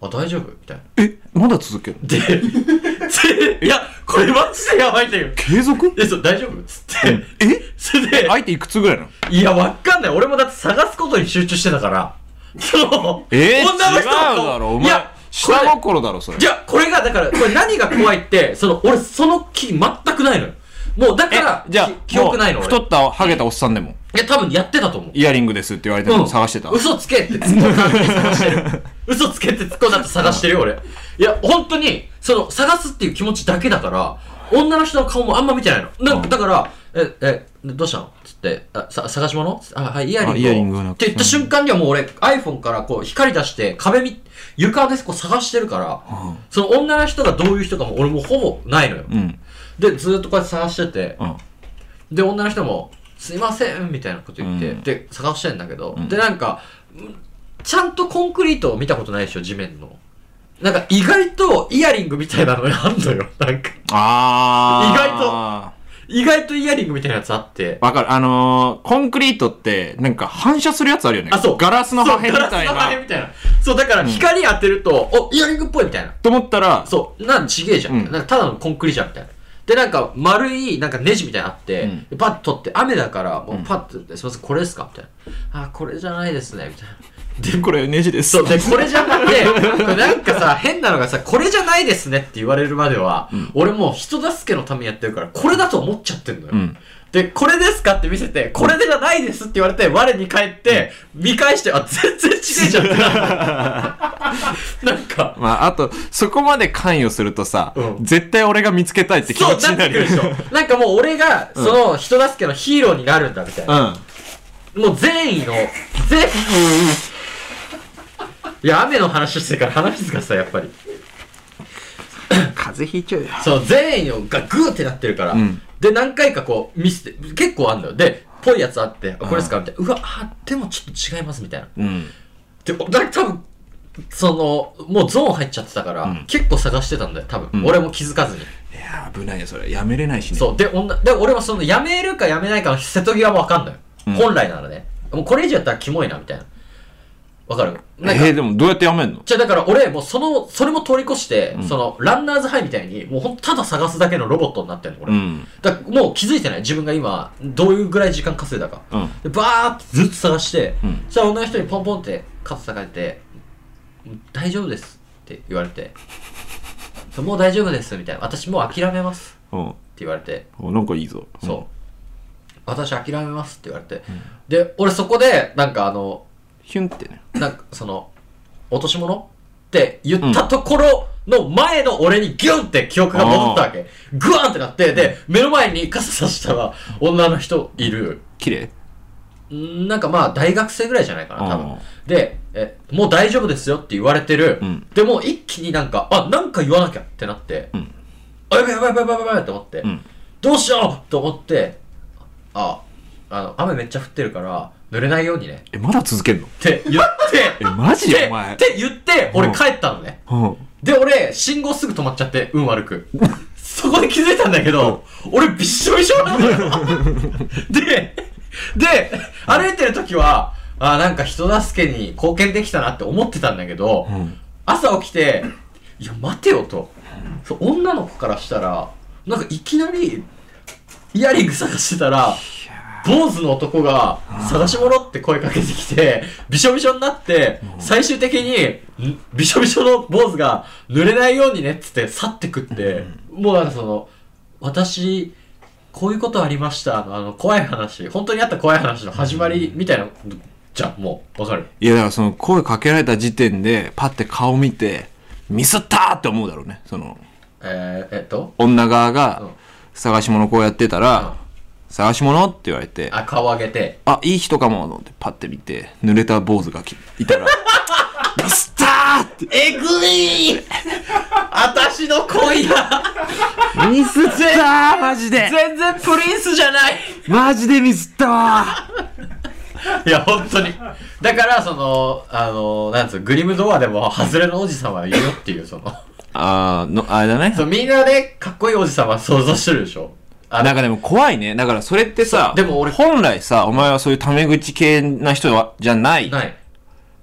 な。あ、大丈夫みたいな。
えまだ続けるの
で、でいや、これマジでやばいんだよ。
継続
え、そう、大丈夫つって。
え
それで、
相手いくつぐらいなの
いや、わかんない。俺もだって探すことに集中してたから。そう。
えー、違
女の人
うだろ、お
い
前
や、。こ
下心だろ、それ
れ、い。や、これが、だから、これ何が怖いって、その、俺、その気全くないのよ。もう、だから、
え、じゃあ
き、記憶ないの
もう
俺。
太った、ハゲたおっさんでも、
いや、多分やってたと思う。
イヤリングですって言われて
うん
も探してた。
嘘つけって突っ込んだ後探してる。嘘つけって突っ込んだ後探してるよ、俺。いや、本当に、その、探すっていう気持ちだけだから、女の人の顔もあんま見てないの。なだから、え、え、どうしたのつって、あ、さ、探し物つってあ、はい、イヤリングを。
あイヤリングをなく
って言った瞬間にはもう俺、iPhone からこう、光出して、壁み、床でこう探してるから、
うん
その女の人がどういう人かも俺もうほぼないのよ。
うん。
で、ずーっとこうやって探してて、
うん。
で女の人も「すいません」みたいなこと言って、
うん
で探してんだけど、
ん
でなんかうんちゃんとコンクリートを見たことないでしょ地面のなんか意外とイヤリングみたいなのがあんのよ なんか
あー。
意外意外とイヤリングみたいなやつあって
わかる。あのー、コンクリートって、なんか反射するやつあるよね。
あそう
ガラスの破片み
そうガ
たい
ラスの破片
な。
みたいなそうだから光当てると、おイヤリングっぽいみたいな
と思ったら、
そうなんちげえじゃん,、
うん
なんかただのコンクリじゃんみたいなでなんか丸いなんかネジみたいなのあって、
うん
でパッと取って雨だからもうパッと、すいませんこれですか?」みたいな「あこれじゃないですね」みたいな
これネジです。
そう、で、これじゃなくて、これなんかさ、変なのがさ、これじゃないですねって言われるまでは、俺もう人助けのためにやってるから、これだと思っちゃってんのよ。
うん
で、これですかって見せて、これじゃないですって言われて、我に返って、見返して、あ、全然違えじゃんって なるなんか、
まあ、あと、そこまで関与するとさ、
うん
絶対俺が見つけたいって気
そ
持
う、
ち
な
に
っ
な
てく
る
るでしょ。なんかもう俺が、その人助けのヒーローになるんだみたいな。
うん。
もう善意の、善意。いや、雨の話してから話すがさ、やっぱり。
風邪ひいちゃうよ。
そう、全員がグーってなってるから、
うん
で、何回かこう、見せて、結構あんのよ。で、ぽいやつあって、あこれですかみたいな。うわ、あ、でもちょっと違います、みたいな。
うん。
で、だ多分その、もうゾーン入っちゃってたから、
ん
結構探してたんだよ、多分、
ん
俺も気づかずに。
いや、危ないよ、それ。やめれないしね。
そう、で、女、で、俺もその、やめるかやめないかの瀬戸際もわかんない、
うん
本来ならね。もうこれ以上やったらキモいな、みたいな。わかるなんか
えー、でもどうやってやめんの
じゃあだから俺、もうその、それも通り越して、その、ランナーズハイみたいに、もうほんとただ探すだけのロボットになってるの、俺。
うん。
だからもう気づいてない自分が今どういうぐらい時間稼いだか、
うん
でバーってずっと探して、
うん
そしたら女の人にポンポンって肩叩かれて「大丈夫です」って言われて「もう大丈夫です」みたいな「私もう諦めます」
うん。
って言われて
おなんかいいぞ。
そう、私諦めます」って言われて、で俺そこでなんかあの
ヒュンってね。
なんかその落とし物って言ったところの前の俺にギュンって記憶が戻ったわけ。グワーンってなって、で、目の前に傘さしたら女の人いる。
綺麗
うんなんかまあ大学生ぐらいじゃないかな、多分
うん。
で、え、もう大丈夫ですよって言われてる。
うん
でも一気になんか、あ、なんか言わなきゃってなって、
ん
あ、やばいやばいやばいやばいやばいって思って、
ん
どうしようと思って、あ、あの、雨めっちゃ降ってるから、濡れないようにね。
え、まだ続けんの
って言って、
え、マジ
で
お前
っ。て言って、
う
俺
ん
帰ったのね。
うん。
で、俺、信号すぐ止まっちゃって、運悪く。そこで気づいたんだけど、俺びっしょびしょなのよ。 で、で、歩いてる時は、あーなんか人助けに貢献できたなって思ってたんだけど、
ん
朝起きて、いや、待てよと。そう女の子からしたら、なんかいきなり、イヤリング探してたら、坊主の男が探し物って声かけてきて、びしょびしょになって、最終的に、んびしょびしょの坊主が濡れないようにねっつって去ってくって、もうなんかその、私、こういうことありましたの、あの、怖い話、本当にあった怖い話の始まりみたいな、じゃんもう、わかる。
いや、だからその声かけられた時点で、パッて顔見て、ミスったーって思うだろうね。その、
えー、えっと、
女側
うん
が、探し物こうやってたら、探し物って言われて、
あ、顔上げて、
あ、いい人かも、と思ってパッて見て、濡れた坊主がきいたら、ミスったーって、
えぐいー私の恋が
ミスったーマジで
全然プリンスじゃない
マジでミスったわ
いや、本当に。だから、その、あの、なんつう、グリムドアでも、ハズレのおじさまいるよっていう、その、
あーの、あれだね
そ。うみんなね、かっこいいおじさま想像してるでしょ。あ
なんかでも怖いね。だからそれってさ、
そうでも俺
本来さ、お前はそういうタメ口系な人はじゃない。
ない。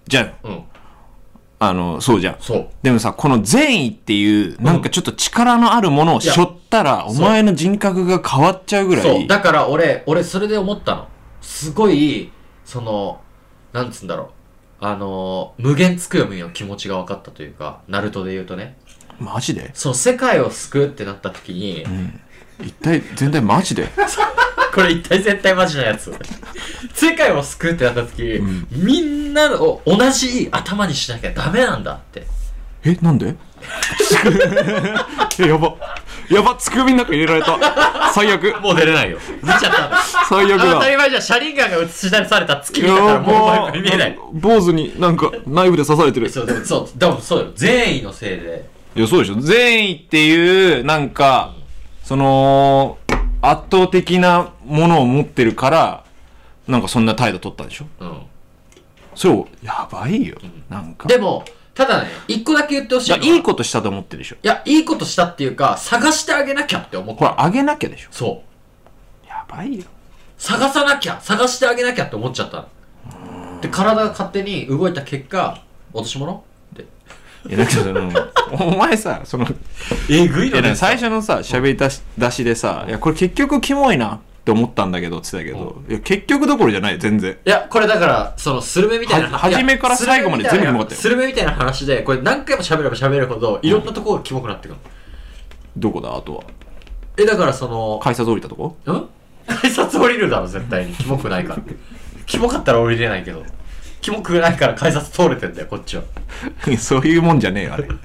じゃん。
うん。
あの、そうじゃん。
そう。
でもさ、この善意っていう、なんかちょっと力のあるものを背負ったら、お
や
前の人格が変わっちゃうぐら
そう。
い。
だから、俺、俺、それで思ったの。すごい、その、なんつうんだろう。あの、無限つくよみの気持ちが分かったというか、ナルトで言うとね。
マジで
そう、世界を救うってなった時に、
一体、全体マジで
これ一体全体マジなやつ。世界を救うってなった時、みんなを同じ頭にしなきゃダメなんだって。
え、なんで えやば。やば、つくみの中に入れられた。最悪。
もう出れないよ。見ちゃったんだ。
最
当
悪
た
だ。
り前じゃん、車輪ガンが映し出された月
い
見だからもうお
や
前見えない。
ば坊主になんかナイフで刺されてる。
そう、でもそう、でもそうよ。善意のせいで。
いや、そうでしょ。善意っていう、なんか、その、圧倒的なものを持ってるから、なんかそんな態度取ったんでしょ
うん。
それを、やばいよ。なんか。
でも、ただね、一個だけ言ってほしい
じゃ
のは。
いいことしたと思ってるでしょ。
いや、いいことしたっていうか、探してあげなきゃって思っ
これ
た。
あげなきゃでしょ。
そう。
やばいよ。
探さなきゃ探してあげなきゃって思っちゃったので体が勝手に動いた結果落とし物って
いや、だけどその、お前さ、その、
えぐい
いやでも最初のさ喋り出し出しでさ「いやこれ結局キモいな」って思ったんだけどって言ってたけど、いや結局どころじゃないよ全然
いやこれだからそのスルメみたいな
は初めから最後まで全部キモかったよ
スルメみたいな話でこれ何回も喋れば喋るほどいろんなところがキモくなってくる
どこだあとは
えだからその
改札降りたとこ
うん 改札降りるだろ絶対にキモくないからキモかったら降りれないけどキモくないから改札通れてんだよこっちはっ
そういうもんじゃねえよあれう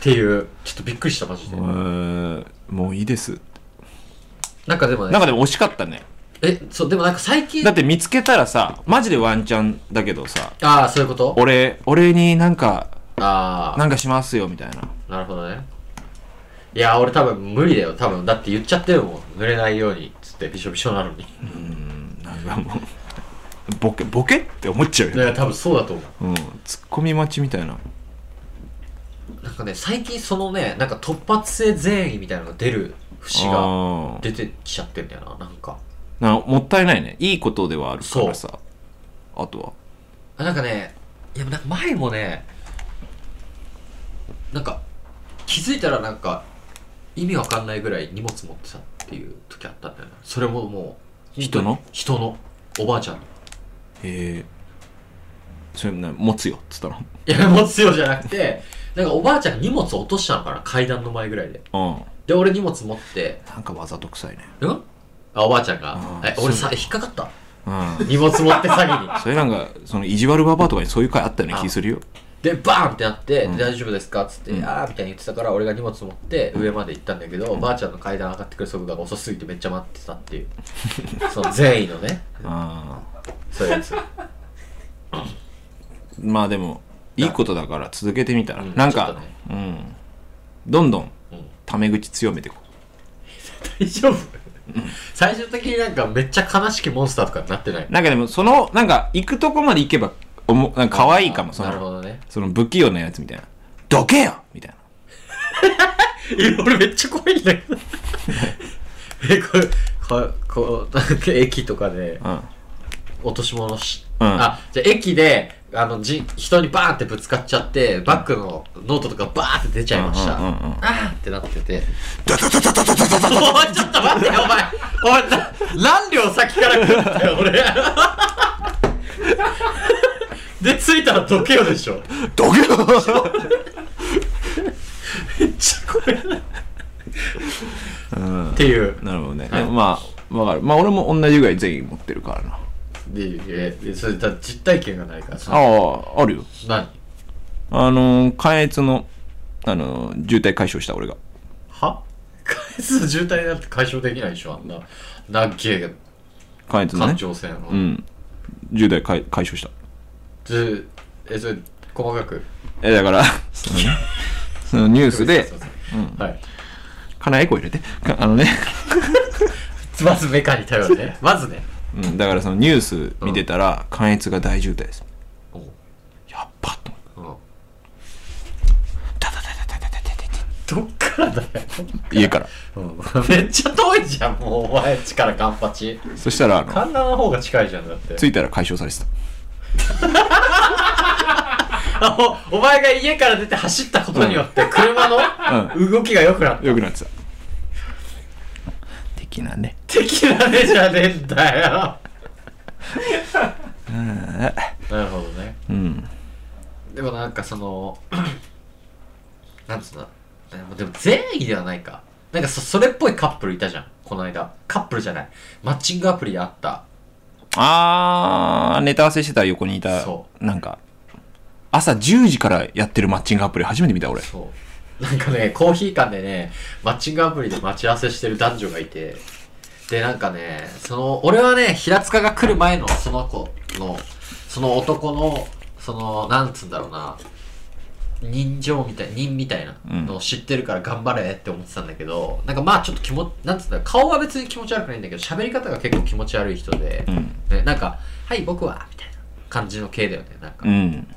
ていうちょっとびっくりしたマジで
ーんもういいです
なんかでも
な
ね
んかでも惜しかったね
えそうでもなんか最近
だって見つけたらさマジでワンチャンだけどさ
ああそういうこと
俺俺になんか
ああ
なんかしますよみたいな
なるほどね。いや、俺多分無理だよ。多分、だって言っちゃってるもん。濡れないように、つってびしょびしょなのに。い
なんかもうボケボケって思っちゃうよ、
や、多分そうだと思
うん、ツッコミ待ちみたいな
う。なんかね、最近そのね、なんか突発性善意みたいなのが出る節
あ
が
ー
出てきちゃってんだよな、なんか。
なもったいないねいいことではあるからさあとは
あなんかね、いや、なんか前もね、なんか、気づいたらなんか、意味わかんないぐらい荷物持ってたっていう時あったんだよな。それももう、
人の
人の、おばあちゃんの。
へえそれな持つよっつったの
いや、持つよじゃなくて、なんかおばあちゃん荷物落としたのかな階段の前ぐらいで。
うん
で、俺荷物持って、
なんかわざと臭いね
うんあ、おばあちゃんが
あ。ー
え、俺さ、引っかかった。
うん
荷物持って詐欺に。
それなんかその意地悪ババアとかにそういう回あったような気するよ
で、バーンってなって、
ん
大丈夫ですかっつって、
うん
あーみたいに言ってたから、俺が荷物持って上まで行ったんだけど、おばあちゃんの 階段上がってくる速度が遅すぎてめっちゃ待ってたっていう。その善意のね。
あ
そういうやつ。
まあでもいいことだから続けてみたら、
うん
なん
ちょっ
か、
とね
うんどんどん
うん
タメ口強めてこう
大丈夫最終的になんかめっちゃ悲しきモンスターとかになってない。
なんかでもそのなんか行くとこまで行けばおもなんか可愛いかもそ
なる
の
ほどね。
その不器用なやつみたいな「どけよ!」みたいない
や俺めっちゃ怖いんだけ ど。え、これ、ここなんか 駅とかで
うん
落とし物し、
うん
あ、じゃあ駅で、あの、じ、人にバーンってぶつかっちゃって、バッグのノートとかバーンって出ちゃいました。
うんうんうんうん
あーってなってて。
ダダダダダダダダダ
おい、ちょっと待ってよ、お前。お前、な何両先から来るんだよ、俺。で、着いたらどけよでしょ。
どけよ
めっちゃ怖いな。っていう。
なるほどね、でもまあわかるまあ俺も同じぐらい善意持ってるからな
で、え、でそれだ実体験がないから
あ
さ。
ああるよ
何
あのー関越のあのー渋滞解消した俺が
は回数渋滞なんて解消できないでしょ、あんな。なっけ
関越のね
環状線の。
うん渋滞解解消した
で、え、それ、細かく。
えだからそのねそのニュース で
はい。
金エコ入れてかあのね、
まずメカに頼る ね。まずね。
うん、だからそのニュース見てたら、関越が大渋滞です
おう
やっぱと思って
うん
ダダダダダダダダダ
どっからだよ。
家から
うんめっちゃ遠いじゃん、もうお前、力カンパチ。
そしたらあの
観覧の方が近いじゃん、だって。
着いたら解消されてた
あおお前が家から出て走ったことによって、車 の動きが良くなった。
よくなってた的なね
的なねじゃねえんだよ。なるほどね。
うん
でもなんかその、なんつうの、でもでも善意ではないか。なんかそそれっぽいカップルいたじゃん、この間。カップルじゃない。マッチングアプリであった。
あーネタ合わせしてたら横にいた
そ
なんか朝10時からやってるマッチングアプリ初めて見た俺
そう。なんかね、コーヒー館でね、マッチングアプリで待ち合わせしてる男女がいて、で、なんかね、その、俺はね、平塚が来る前のその子の、その男の、その、なんつうんだろうな、人情みたい、人みたいなのを知ってるから頑張れって思ってたんだけど、なんかまあちょっと気持なんつうんだろう顔は別に気持ち悪くないんだけど、喋り方が結構気持ち悪い人で、ね、なんか、はい、僕は、みたいな感じの系だよね、なんか。
うん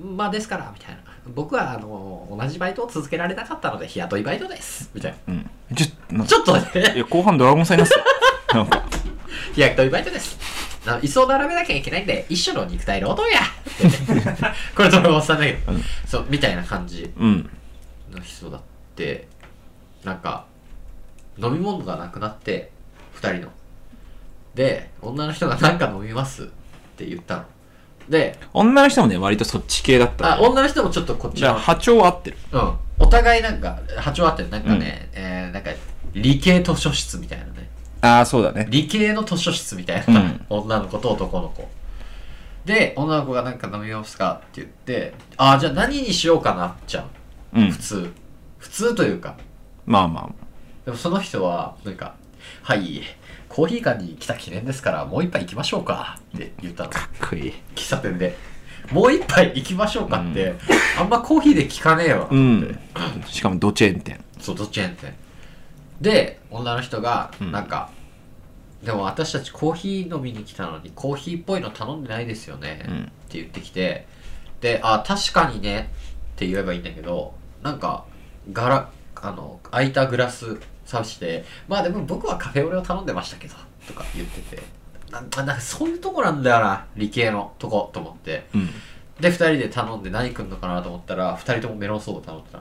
まあですからみたいな僕はあの同じバイトを続けられなかったので日雇いバイトですみたいな
うんちょっとなんか
ちょっとね
いや後半ドラゴンさんいますよなんか
日雇いバイトですあ椅子を並べなきゃいけないんで一種の肉体労働やってねこれドラゴンさんだけど、
うん
そうみたいな感じ
うん
の人だってなんか飲み物がなくなって2人ので女の人が何か飲みますって言ったので
女の人もね割とそっち系だった
あ女の人もちょっとこっち
じゃ
の
あ波長は合ってる
うん、お互いなんか波長あってなんかね、えーなんか理系図書室みたいなね
ああそうだね
理系の図書室みたいな、
うん
女の子と男の子で女の子がなんか飲みますかって言ってああじゃあ何にしようかなじゃん
うん
普通普通というか
まあま
でもその人はなんか「はいコーヒー館に来た記念ですからもう一杯行きましょうか」って言ったの
あかっこいい
喫茶店で「もう一杯行きましょうか」って、あんまコーヒーで聞かねえわ、
うんしかもドチェーン店
そうどっちやねんってで女の人が
ん
なんか、でも私たちコーヒー飲みに来たのにコーヒーっぽいの頼んでないですよね、
うん
って言ってきてで「あ確かにね」って言えばいいんだけどなんか柄あの空いたグラス刺して「まあでも僕はカフェオレを頼んでましたけど」とか言っててななんかそういうとこなんだよな理系のとこと思って
うん
で2人で頼んで何食うのかなと思ったら2人ともメロンソーダ頼んでた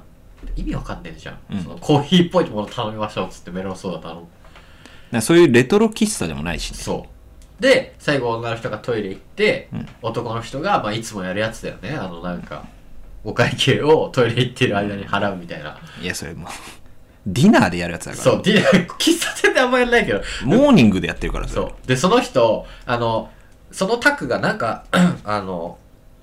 意味わかんねえじゃん、
うん
そのコーヒーっぽいもの頼みましょうっつってメロンソーダ頼む
なそういうレトロ喫茶でもないしね
そうで最後女の人がトイレ行って、
うん
男の人が、まあ、いつもやるやつだよねあのなんかお会計をトイレ行ってる間に払うみたいな、
いやそれもうディナーでやるやつだから
そうディナー喫茶店であんまやんないけど
モーニングでやってるからそれ
そうでその人あのそのタクがなんか あの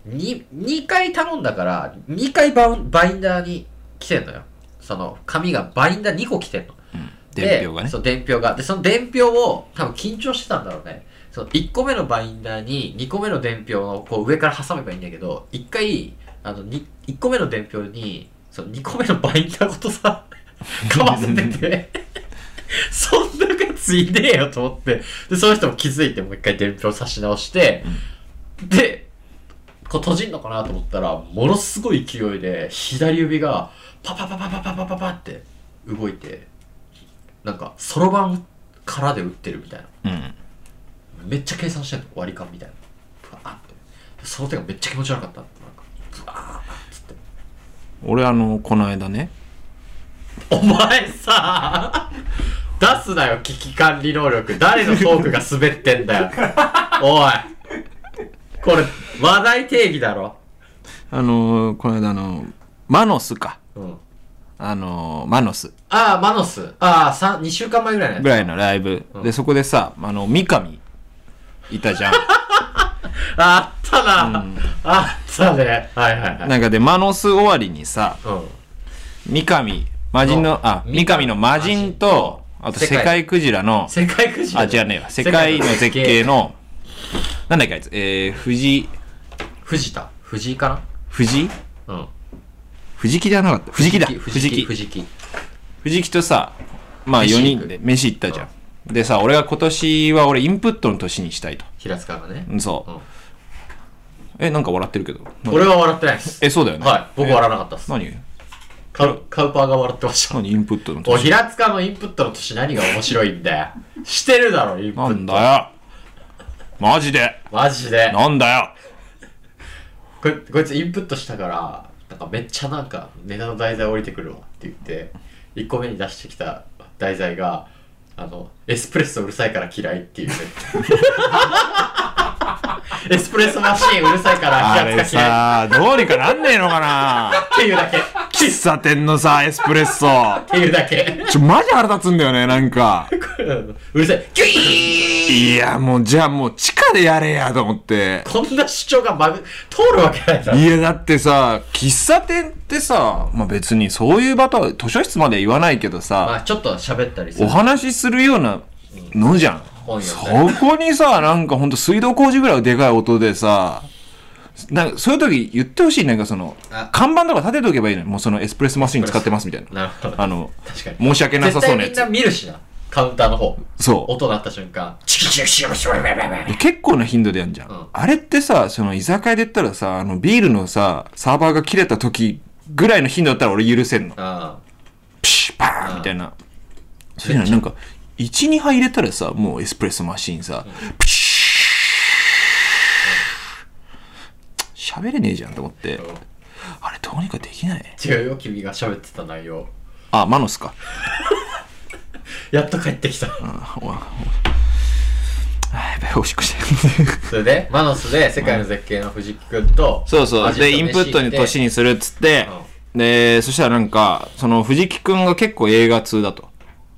2, 2回頼んだから2回バウンバインダーに来てんのよその紙がバインダー2個来てんの
伝票がね
でそう伝票がでその伝票を多分緊張してたんだろうねその1個目のバインダーに2個目の伝票をこう上から挟めばいいんだけど1回あのに1個目の伝票にその2個目のバインダーごとさ かませてて そんなやついねえよと思ってでその人も気づいてもう一回伝票差し直して、でこう閉じんのかなと思ったらものすごい勢いで左指がパパパパパパパパパって動いてなんかそろばんからで打ってるみたいな。
うん。
めっちゃ計算してんの割り勘みたいなブワーってその手がめっちゃ気持ち悪かったなんかブワーっつって
俺あの、この間ね、
お前さ出すなよ危機管理能力誰のトークが滑ってんだよおいこれ話題定義だろ
あのー、この間あの、マノスか。
うん
あのー、マノス
ああマノスああ2週間前ぐらいのやつ
ぐらいのライブ。
うん
で、そこでさ、あの、三上いたじゃん。
ああったな、あったねはいはいはい
なんかで、マノス終わりにさ、
うん
三上、魔人の、あ、三上の魔人と、あと
世界
世界クジラの、
世界くじ
あ、違うねえわ世界の絶景の、なんだっけあいつ、えー、藤井、
藤田藤井か
藤井
なうん
藤木じゃなかった。藤木だ。藤
藤木
木。
藤木
藤木とさ、まあ
飯行
4
く
人で飯行ったじゃん。でさ、俺が今年は俺インプットの年にしたいと。
平塚がね
うんそうう。
ん
え、なんか笑ってるけど。
俺は笑ってないです。
え、そうだよね。
はい、僕笑わなかったです。
何
カウカウパーが笑ってました。
何インプットの
お
年。
平塚のインプットの年何が面白いんだよ。してるだろ、インプッ
な
ト。
んだよ。マジで。
マジで。
なんだよ。
こいこいつインプットしたから、なんかめっちゃなんかネタの題材降りてくるわって言って、1個目に出してきた題材が、あの、エスプレッソうるさいから嫌いって いうね。エスプレッソマシーンうるさいから
あ
平
れ
塚嫌いっ
さ、どうにかなんねえのかな
ていうだけ。っ
喫茶店のさ、エスプレッソ。
ていうだけ。
ちょ、マジ腹立つんだよね、なんか。
うるさい。キュイーン
いや、もう、じゃあもう、地下でやれや、と思って。
こんな主張がまぐ通るわけないだろ。
いや、だってさ、喫茶店ってさ、まあ別にそういう場とは、図書室までは言わないけど
ま
さ、
あちょっと喋ったりす
お
る。
話しするようなのじゃん。
本
そ
読んだり
こにさ、なんかほんと水道工事ぐらいでかい音でさ、なんかそういう時言ってほしい。なんかその
あ、
看板とか立てとけばいいのに、もうそのエスプレッソマシン使ってますみたい
な
な。
るほど。
あの、
確かに。
申し訳なさ
絶
そ
対
うな
み
や
ん
つ
な。見るしな。カウンターの方。
そう。
音鳴った瞬間。チキチキチキチキチキチキチキチキ
結構な頻度でやんじゃん。
うん
あれってさ、その居酒屋で言ったらさ、あのビールのさ、サーバーが切れた時ぐらいの頻度だったら俺許せんの。
あ
ピシッバーンみたいな。それなのなんか、1、2杯入れたらさ、もうエスプレッソマシーンさ、ピシッ喋れねえじゃんと思って、あれどうにかできない
あ。違うよ、君が喋ってた内容。
あ、マノスか。
やっと帰ってきた。
あおおあやべえ、おしっこしてる。
それで、マノスで世界の絶景の藤木くんと、
そうそう。で、インプットに年
に。
にするっつって、で、そしたらなんか、その藤木くんが結構映画通だと。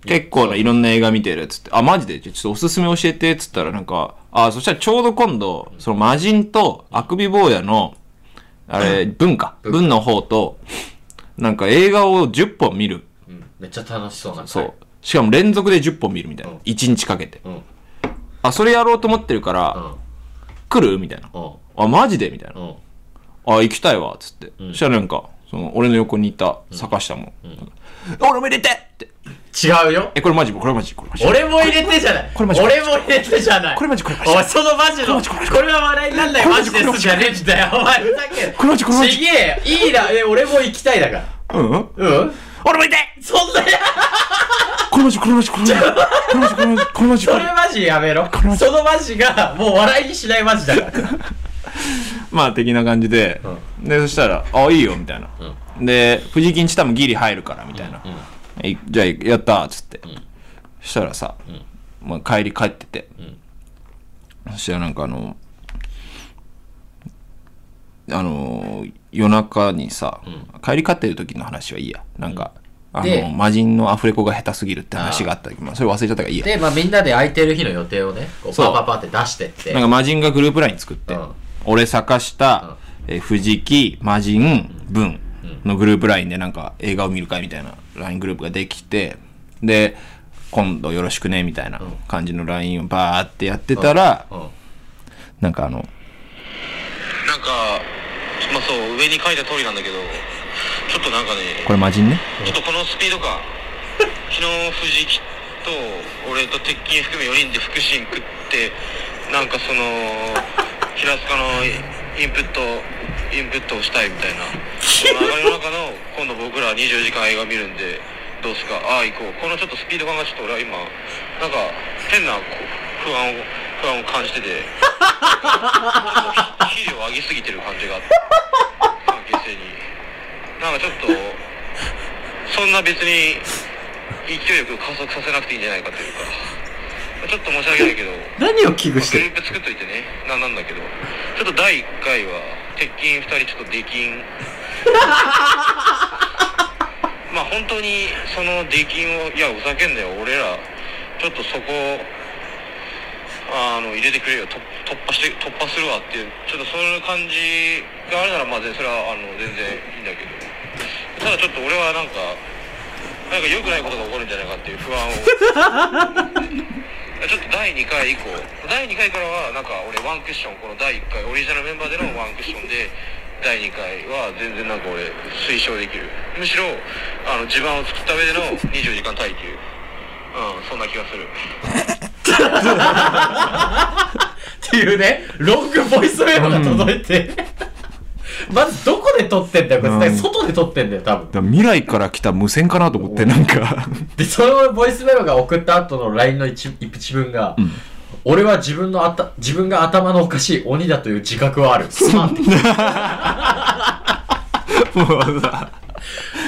結構ないろんな映画見てるっつって、あ、マジでちょっとおすすめ教えてっつったらなんか、あ、そしたらちょうど今度、その魔人とあくび坊やの、あれ、文化、文の方と、なんか映画を10本見る。
うんめっちゃ楽しそうな回。
そう。しかも連続で10本見るみたいな
うん。
1日かけて。
うん。うん。
あ、それやろうと思ってるか
う
ら、
ん。
来るみたいな。
うん。
あ、マジでみたいな。
うん。
あ、行きたいわ、つって。そしたらなんか、その、俺の横にいた坂下も、俺も入れてって。
違うよ。
え、これマジ、これマジ、これマジ。
俺も入れてじゃない。
これマジ
俺も入れてじゃない。
これマジこれマジ
おい、そのマジの、
これマジ
これは笑いになんない
これ
マ
マジ
ジですじゃねえんだよ。お前、ふざけん
これマジこれマジ
ちげえよ。いいな、え、俺も行きたいだから。
うん俺も
うん
入れて
そんなや、
これマジ、これマジ、これマジ。これマジ、これマジ、これマジ、こ
そ
れ
れマジやめろ
れマ。ジ
そのマジが、もう笑いにしないマジだから。
まあ、的な感じで。で、そしたら、あ、いいよ、みたいな。で、藤木んち多分ギリ入るから、みたいな。えじゃあ、やったー、つって。そしたらさ、まあ、帰り帰ってて。そしたらなんかあの、あのー夜中にさ、帰り帰ってる時の話はいいやなんか、あ
で
の魔人のアフレコが下手すぎるって話があったけどまあそれ忘れちゃったからいい や
で、まあみんなで空いてる日の予定をね、こう
そ
パ
う
パパって出してって
なん。か魔人がグループライン作って、
うん
俺坂下、えー藤木魔人文のグループラインでなんか映画を見る会みたいなライングループができてで今度よろしくねみたいな
うん
感じの LINE をバーってやってたら、
うん
なんかあの
なんか、まあそう、上に書いた通りなんだけど、ちょっとなんかね、
これマジンね
ちょっとこのスピード感、昨日藤木と俺と鉄筋含め4人で腹心食って、なんかその、平塚のインプット、インプットをしたいみたいな。この流れの中の、今度僕ら24時間映画見るんで、どうすか、ああ、行こう。このちょっとスピード感がちょっと俺は今、なんか変なこう不安を、不安を感じて て。肥料を上げすぎてる感じがあって関係性になんかちょっとそんな別に勢いよく加速させなくていいんじゃないかというかちょっと申し訳ないけど
何を危惧して
グル
る
ープ作っといてねななんだけどちょっと第1回は鉄筋2人ちょっと出禁 まあ本当にその出禁をいやふざけんなよ俺らちょっとそこあの入れてくれよと突破して突破するわっていうちょっとそういう感じがあるならまあ全然それはあの全然いいんだけどただちょっと俺はなんかなんか良くないことが起こるんじゃないかっていう不安をちょっと第2回以降第2回からはなんか俺ワンクッションこの第1回オリジナルメンバーでのワンクッションで第2回は全然なんか俺推奨できるむしろあの地盤を作った上での24時間耐久うんそんな気がする
っていうね、ロングボイスメモが届い て、まずどこで撮ってんだよ、これ。
うん
だから外で撮ってんだよ、多分。
だから未来から来た無線かなと思ってなんか
で、そのボイスメモが送った後の LINE の一一文が、
ん
俺は自分のあた、自分が頭のおかしい鬼だという自覚はあ る。スマート
もうさ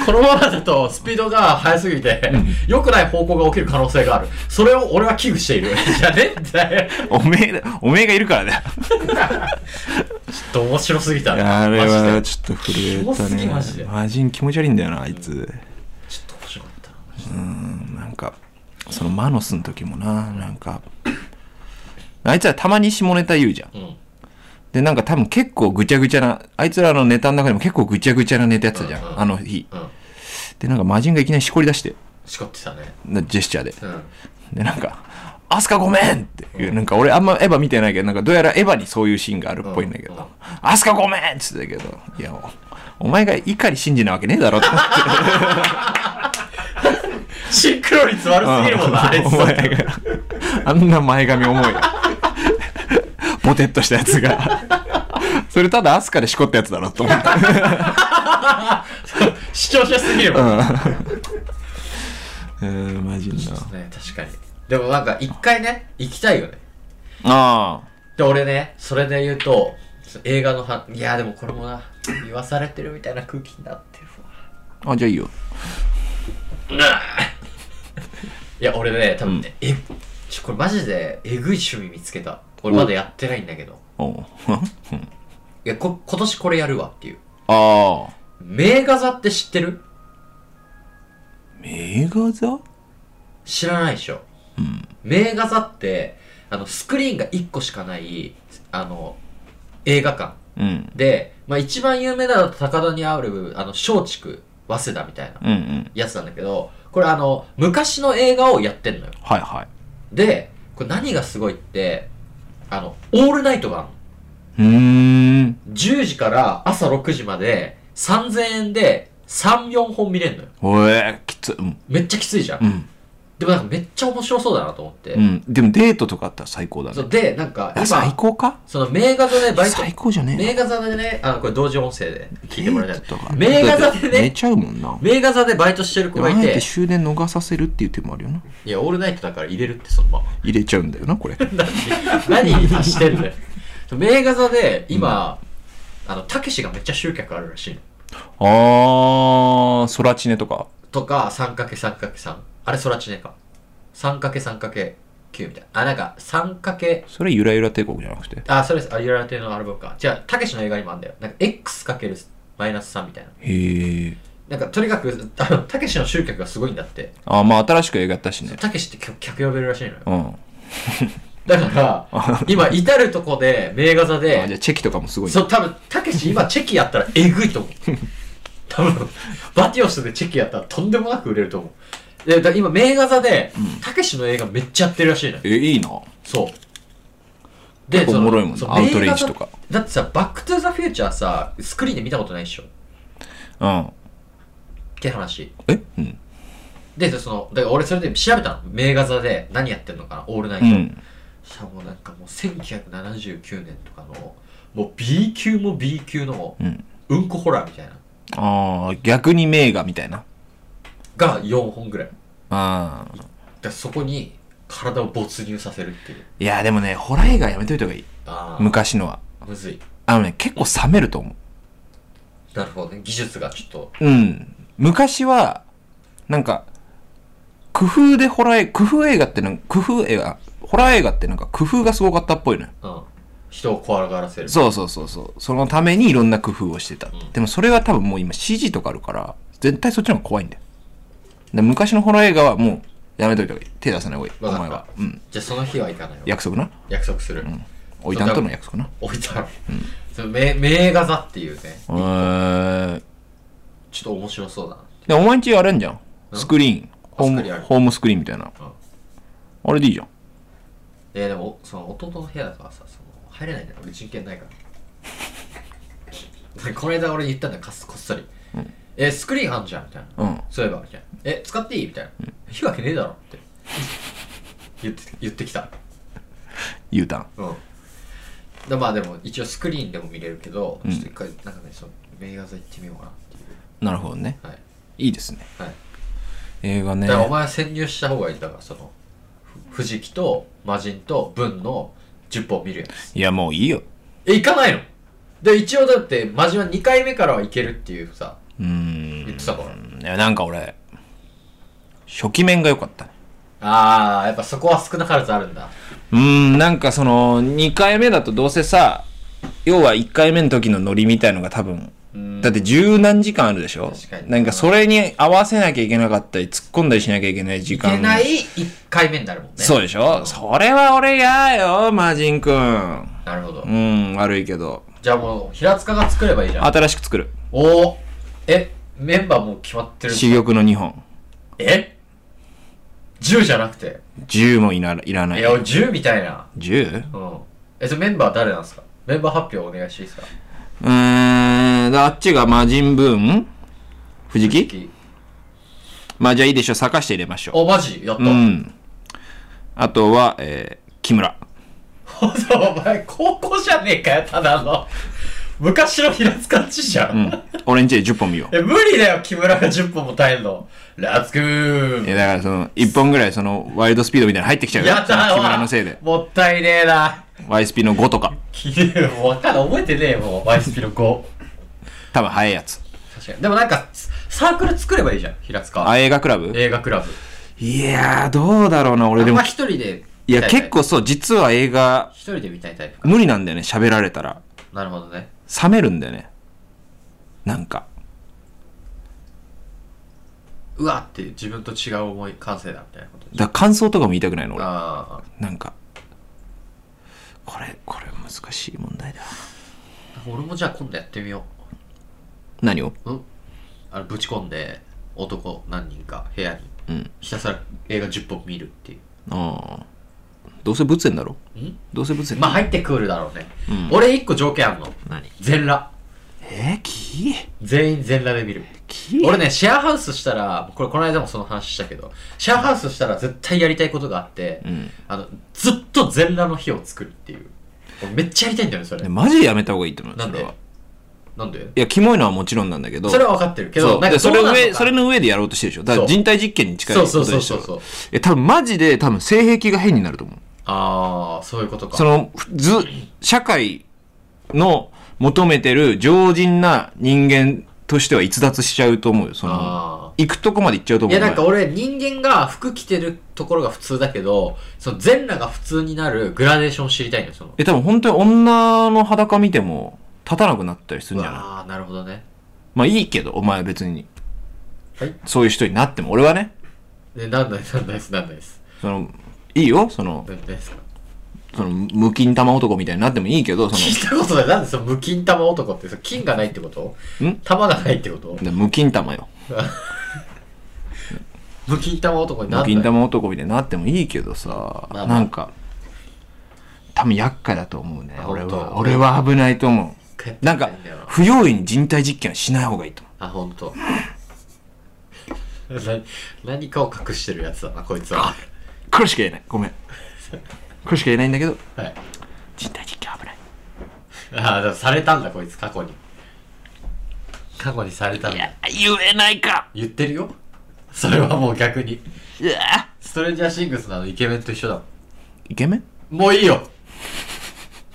このままだとスピードが速すぎて、良くない方向が起きる可能性がある。それを俺は危惧している。 じゃねえんだよ。
おめえおめえがいるからだ よ
ちょっと面白すぎた
い
な
やあれは
マジで
ちょっと震え
キモ
た
すぎ
ね
マジで
マジン気持ち悪いんだよなあいつ、
ちょっと面白かったな。
なんかそのマノスの時もななんかあいつらたまに下ネタ言うじゃん、
ん
でなんか多分結構ぐちゃぐちゃなあいつらのネタの中でも結構ぐちゃぐちゃなネタやってたじゃん、あの
ん
日、でなんかマジンがいきなりしこり出して
しこってたね。
なジェスチャーで
うん。
でなんか「アスカごめん!」っていうなんか俺あんまエヴァ見てないけどなんかどうやらエヴァにそういうシーンがあるっぽいんだけど
うんうん
「アスカごめん!」っつってたけどいやお前が碇信じなわけねえだろって
シンクロ率悪すぎるもんな、あいつ
お。前があんな前髪重いポテッとしたやつがそれただアスカでしこったやつだろと思って
視聴者すぎるもん。
うんマジな
ね、確かに。でもなんか一回ね、行きたいよね。
あ
で、俺ね、それで言うと、映画のは、いやでもこれもな、言わされてるみたいな空気になってるわ。
ああじゃあいいよ
いや、俺ね、多分ね、え、ちょ、これマジで、えぐい趣味見つけた。俺まだやってないんだけど。
おう
いや、こ、今年これやるわっていう。
ああ
名画座って知ってる
メガザ
知らないでしょ。名画座って、あの、スクリーンが1個しかない、あの、映画館。
うん
で、まあ一番有名なのだと高田にある、あの、松竹、早稲田みたいな
うんうん
やつなんだけど、これあの、昔の映画をやってんのよ。
はいは
で、これ何がすごいって、あの、オールナイトがあるの。
いうーん
10時から朝6時まで3000円で3、4本見れんのよ。
おえきつうん
めっちゃきついじゃん。
うん
でもなんかめっちゃ面白そうだなと思って。
うんでもデートとかあったら最高だ
そ
ね
うで、なんか
あ最
今、
高か
その名画座でバイト、
最高じゃねえ
名画座でね、あの、これ同時音声で聞いてもらいたい
デートとか。
名画座で
だって寝
ね、
ちゃうもんな
名画座でバイトしてる子がい
あえ
て
て、終電逃させるっていう手もあるよない
や、オールナイトだから入れるってそのまま。
入れちゃうんだよな これ
何に足してん だよ。名画座で今、あの、たけしがめっちゃ集客あるらしいの。
あーソラチネとか
とか、3×3×3。あれ、そらちねか。3×3×9 みたいな。あ、なんか、3×
それゆらゆら帝国じゃなくて
あ、それです。あ、ゆらら亭のアルバムか。じゃあ、たけしの映画にもあるんだよ。なんか、X×-3 みたいな。
へえ
なんか、とにかく、あの、たけしの集客がすごいんだって。
あまあ新しく映画やったしね
たけしって客客呼べるらしいのよ。
うんあ
だ から、今、至るとこで、名画座で、
じゃあチェキとかもすごいね
そう、多分、たけし今チェキやったら えぐいと思う。多分、バティオスでチェキやったらとんでもなく売れると思う。でだから今、名画座で、たけしの映画めっちゃやってるらしいね。
え、いいな。
そう。
結構おもろいもんな
その
アウトレイジと
名画
か。
座だってさ、バックトゥザフューチャーさ、スクリーンで見たことないっしょ。っ
うん。
て話。
えうん。
で、その、だから俺それで調べたの。名画座で何やってんのかな、オールナイ
う
ト。
ん。
しかもなんかもう1979年とかの、もう B 級も B 級の
ん、
うんこホラーみたいな。
ああ、逆に名画みたいな。
が4本ぐらい。だか
ああ。
らそこに体を没入させるっていう。
いや、でもね、ホラー映画やめといた方がいい。
ああ、
昔のは。
むずい。
あのね、結構冷めると思
なるほどね。技術がちょっと。
う。うん。昔は、なんか、工夫でホラー映工夫映画ってなん工夫映画、ホラー映画ってなんか工夫がすごかったっぽいのよ。
うん、人を怖がらせる
そうそうそうそう。そのためにいろんな工夫をしてた。でもそれは多分もう今 CG とかあるから、絶対そっちの方が怖いんだよ。で昔のホラー映画はもうやめといた方がいい。手出さない方がいい。お
わかった
前は。うん。
じゃあその日は行かないよ
約束な。
約束する、
おいたんとの約束な。
置いてある、その名名画座っていうね
えー。
ちょっと面白そうだな
で、お前んちあれんじゃん。スクリーン。ホー
スクリーンあ
ム、
る
ホームスクリーンみたいな。あれでいいじゃん。
ででもその弟の部屋だからさその入れないんだよ俺人権ないから でこの間俺に言ったんだよかすこっそり、えスクリーンあんじゃんみたいな、
うん
そういえばみたいなえ使っていいみたいな、いいわけねえだろって 言って言ってきた
言うたん。
うんでまあでも一応スクリーンでも見れるけど、ちょっと一回なんかねその名画座行ってみようかなっていう
なるほどね。
はい
いいですね。
はい
映画ね
だ。からお前潜入した方がいいだからそのふ藤木と魔人と文の10本見るやつ
いや、もういいよ。
え行かないので一応だって魔人は2回目からはいけるっていうさ
うーん。
言ってたから、
いや、なんか俺、初期面が良かったね。
ああやっぱそこは少なからずあるんだ
うーん、なんかその、2回目だとどうせさ、要は1回目の時のノリみたいのが多分、だって十何時間あるでしょ
確かに
なんかそれに合わせなきゃいけなかったり、突っ込んだりしなきゃいけない時
いけ
間
ない1回目になるもんね
そうでしょそれは俺嫌よ、マジンくん。
なるほど、
うん、悪いけど。
じゃあもう平塚が作ればいいじゃん
新しく作る。
おおえメンバーもう決まってる
珠玉の2本。
え10じゃなくて
10もいらいらないい。
や俺10みたいな
10?
うんえそれメンバー誰なんですかメンバー発表お願いしていいですか
うーん、であっちが魔人ブーン藤木まあじゃあいいでしょう。坂下入れましょ
おマジやった、
う。うん。あとは、えー、木村。
ほんと お前高校じゃねえかよただの 昔の平塚っちじゃん、
うん。俺んちで10本見よう。
え無理だよ木村が10本も耐えんのラツくー
いやだからその、1本ぐらいその、ワイルドスピードみたいなの入ってきちゃうよ
やだわ
木村のせいで。
もったいねえな
y スピの5とか。
ひでえもう分かんない覚えてねえよもう y スピの5
多分早いやつ。
確かにでもなんかサークル作ればいいじゃん平塚
あ、映画クラブ
映画クラブ
いやー、どうだろうな、俺
で
で
も
も。
一人で
い
見た
や、
タイ
結
プ
構そう、実は映画、
一人で見たいタイプか
無理なんだよね、喋られたら。
なるほどね
冷めるんだよね。なんか。
うわって自分と違う思い感性だみたいなこと
だから感想とかも言いたくないの、俺。
あ
なんか。これ、これ難しい問題だ。
あ俺もじゃあ今度やってみよ
何を
ううんあのぶち込んで男何人か部屋に、
うん
ひたすら映画10本見るっていう
ああ。どうせ仏縁だろ
ん
どうせ仏縁。
まあ入ってくるだろうね、俺1個条件あんの
何
全裸
えー、き
全員全裸で見る
き
俺ねシェアハウスしたらこれこの間もその話したけどシェアハウスしたら絶対やりたいことがあって、
ん
あのずっと全裸の日を作るっていう俺めっちゃやりたいんだよねそれ
ねマジでやめた方がいいと思う。
なん
そ
で
れは
なんで
いや、キモいのはもちろんなんだけど。
それは分かってるけ
そ
ど
う
なん
で
か
そ
どう
れ
なの
上
か
それの上でやろうとしてるでしょだから
そう
人体実験に近い
そ
こ
うそ
と
うそ
で
う
し
そ
ょ
うそう
え多分マジで多分性癖が変になると思う
ああそういうことか
そのず社会の求めてる常人な人間としては逸脱しちゃうと思うよその
あ
行くとこまで行っちゃうと
い
思う
や
よ
なんか俺人間が服着てるところが普通だけどその全裸が普通になるグラデーションを知りたいのよその
え多分本当に女の裸見ても立たなくなったりするんじゃない
ああなるほどね
まあいいけどお前は別に、
はい
そういう人になっても俺はね
でなんないなんないですなんないです
そのいいよその
なんないですか
その無金玉男みたいになってもいいけどその
聞いたことないなんでその無金玉男ってその金がないってこと
ん
玉がないってこと
で無金玉よ。
無金玉男にな
まあ
った
銀玉男みたいになってもいいけどさ、
まあまあ
なんか多分厄介だと思うね俺
本
は
当
俺は危ないと思
帰っ
う
て
な
た
ん
だ
か
よ
不用意に人体実験はしない方がいいと思
あ本当。 な何かを隠してるやつだなこいつは
うこれしか言えないごめんこれしか言えないんだけど
はい
人体実験は危ない
ああでもされたんだこいつ過去に過去にされたんだ
言えないか
言ってるよそれはもう逆に
うわ
ストレンジャーシングスのあのイケメンと一緒だもん
イケメン
もういいよ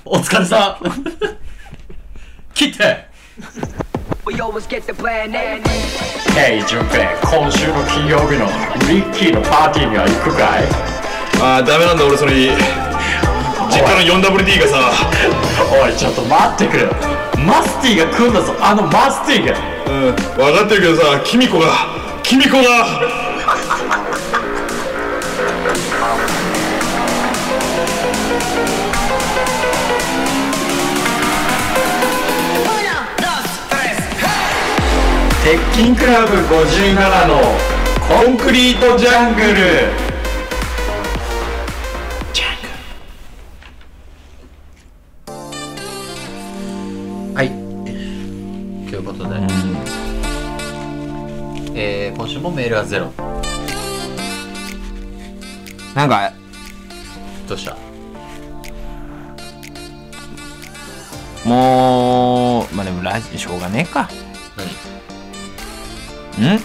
お疲れさん切って
We always get the plan in.
ヘイ、ジュンペイ、今週の金曜日のリッキーのパーティーには行くかいああ、ダメなんだ俺それ実家の 4WD がさおい、ちょっと待ってくれマスティが来んだぞ、あのマスティがうん、分かってるけどさ、キミコがキミコが鉄筋クラブ57のコンクリートジャングル
はいということで、えー、今週もメールはゼロ
なんか
どうした
もうまあでもラジしょうがねえかん
何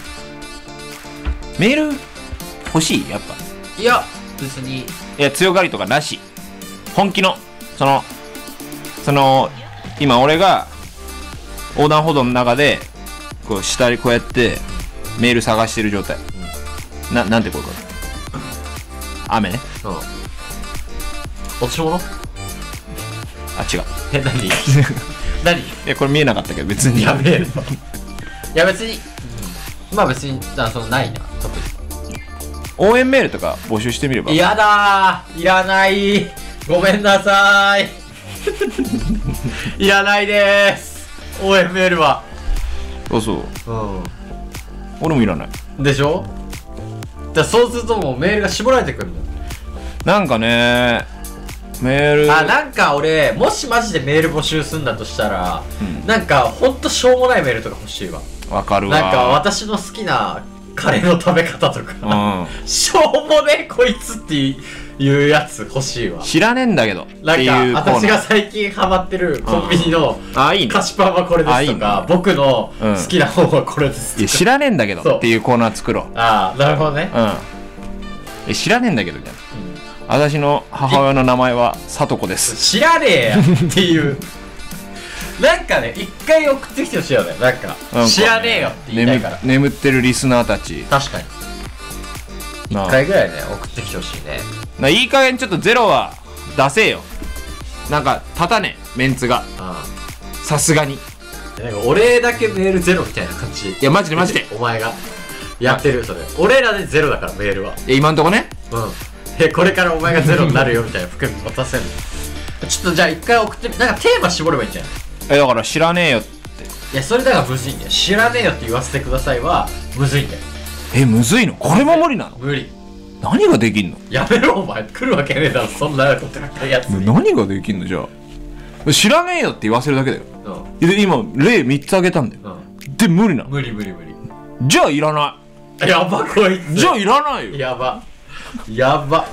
メール欲しいやっぱ
いや別に
いや強がりとかなし本気のそのその今俺が横断歩道の中でこう下にこうやってメール探してる状態、ななんてこと雨ね
うん落ち物
あ違う
え何何
いやこれ見えなかったけど別 に
やべえないや別に、うんまあ別にあそのないな特に
応援メールとか募集してみれば
やだーいらないごめんなさいいらないです応援メールは
そうそう
う
俺もいらない
んでしょだそうするともうメールが絞られてくるの
なんかねメール
あなんか俺もしマジでメール募集すんだとしたら、なんかほんとしょうもないメールとか欲しいわ
わかるわ
なんか私の好きなカレーの食べ方とか、
う
しょうもねえこいつっていうやつ欲しいわ
ん、知らねえんだけど
な
って
ん
いう
か
コーナー
私が最近ハマってるコンビニの、
あいいね
菓子パンはこれで
あいい
すと
ね
か僕の好きな方はこれで
いや
すと
知らねえんだけ
そ
ど
う
っていうコーナー作ろう
かああなるほどね
うん。え、知らねえんだけど、みたいな。私の母親の名前はさとこです。
知らねえやっていう なんかね一回送ってきてほしいよねなんか
なんか
知らねえよって言いたいから、
眠眠ってるリスナーたち。
確かに
な
一回ぐらいね送ってきてほしいね
ないい加減ちょっとゼロは出せよ。なんか立たねえ、メンツが。
う
さすがに。
んなんか俺だけメールゼロみたいな感じい
いや、マジでマジで。
お前がやってるそれ俺らでゼロだからメールはい
や、今んとこね。
うんえこれからお前がゼロになるよみたいな含み持たせるちょっとじゃあ一回送ってみなんかテーマ絞ればいいんじゃない
え、だから知らねえよ。
いやそれだからむずいんだよ知らねえよって言わせてくださいはむずいんだよ
え、むずいのこれも無理なの
無理
何ができんの
やめろお前来るわけねえだろそんなことないやつに、うん、
何ができんのじゃあ。知らねえよって言わせるだけだよ。
う
で、今、例3つあげたんだよ。
ん、
で、無理なの。
無理無理無理
じゃあいらな
やばこい
い。
つ
じゃあいらないよ。
やばやば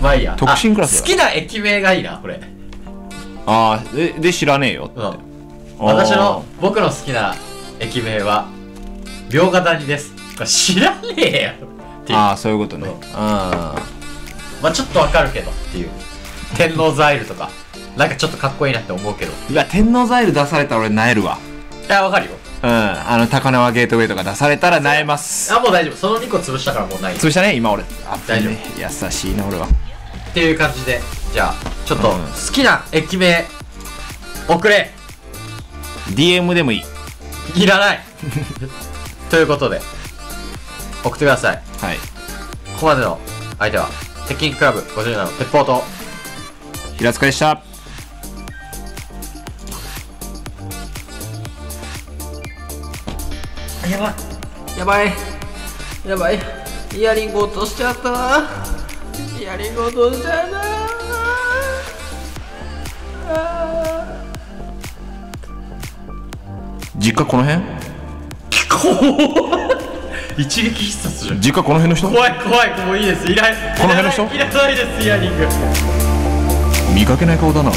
まあいいや
特進クラス
あ
だ
好きな駅名がいいなこれ、うん、
ああ、で、で知らねえよ。
私
あー
の僕の好きな駅名は茗ヶ谷ですこれ知らねえよっていう
ああそういうことね
そう
あ
まあちょっとわかるけどっていう天王ザイルとかなんかちょっとかっこいいなって思うけどい
あ天王ザイル出されたら俺なえるわ
やわかるよ
うんあの高輪ゲートウェイとか出されたらなえます
あもう大丈夫その2個潰したからもうない
そうしたね今俺あ
大丈夫
ね優しいな俺は
っていう感じでじゃあちょっと
うん
好きな駅名送れ
DM でもいい
いら ないということで送ってください
はい
ここまでの相手は鉄筋クラブ57の鉄砲と
平塚でした
やばいやばい
イヤリング落としちゃったイヤリング落としちゃった
実家この辺
一撃必殺じゃん
実家この辺の人
怖い怖いもういいですいらい
この辺の人
いらないいらないですイヤリング
見かけない顔だな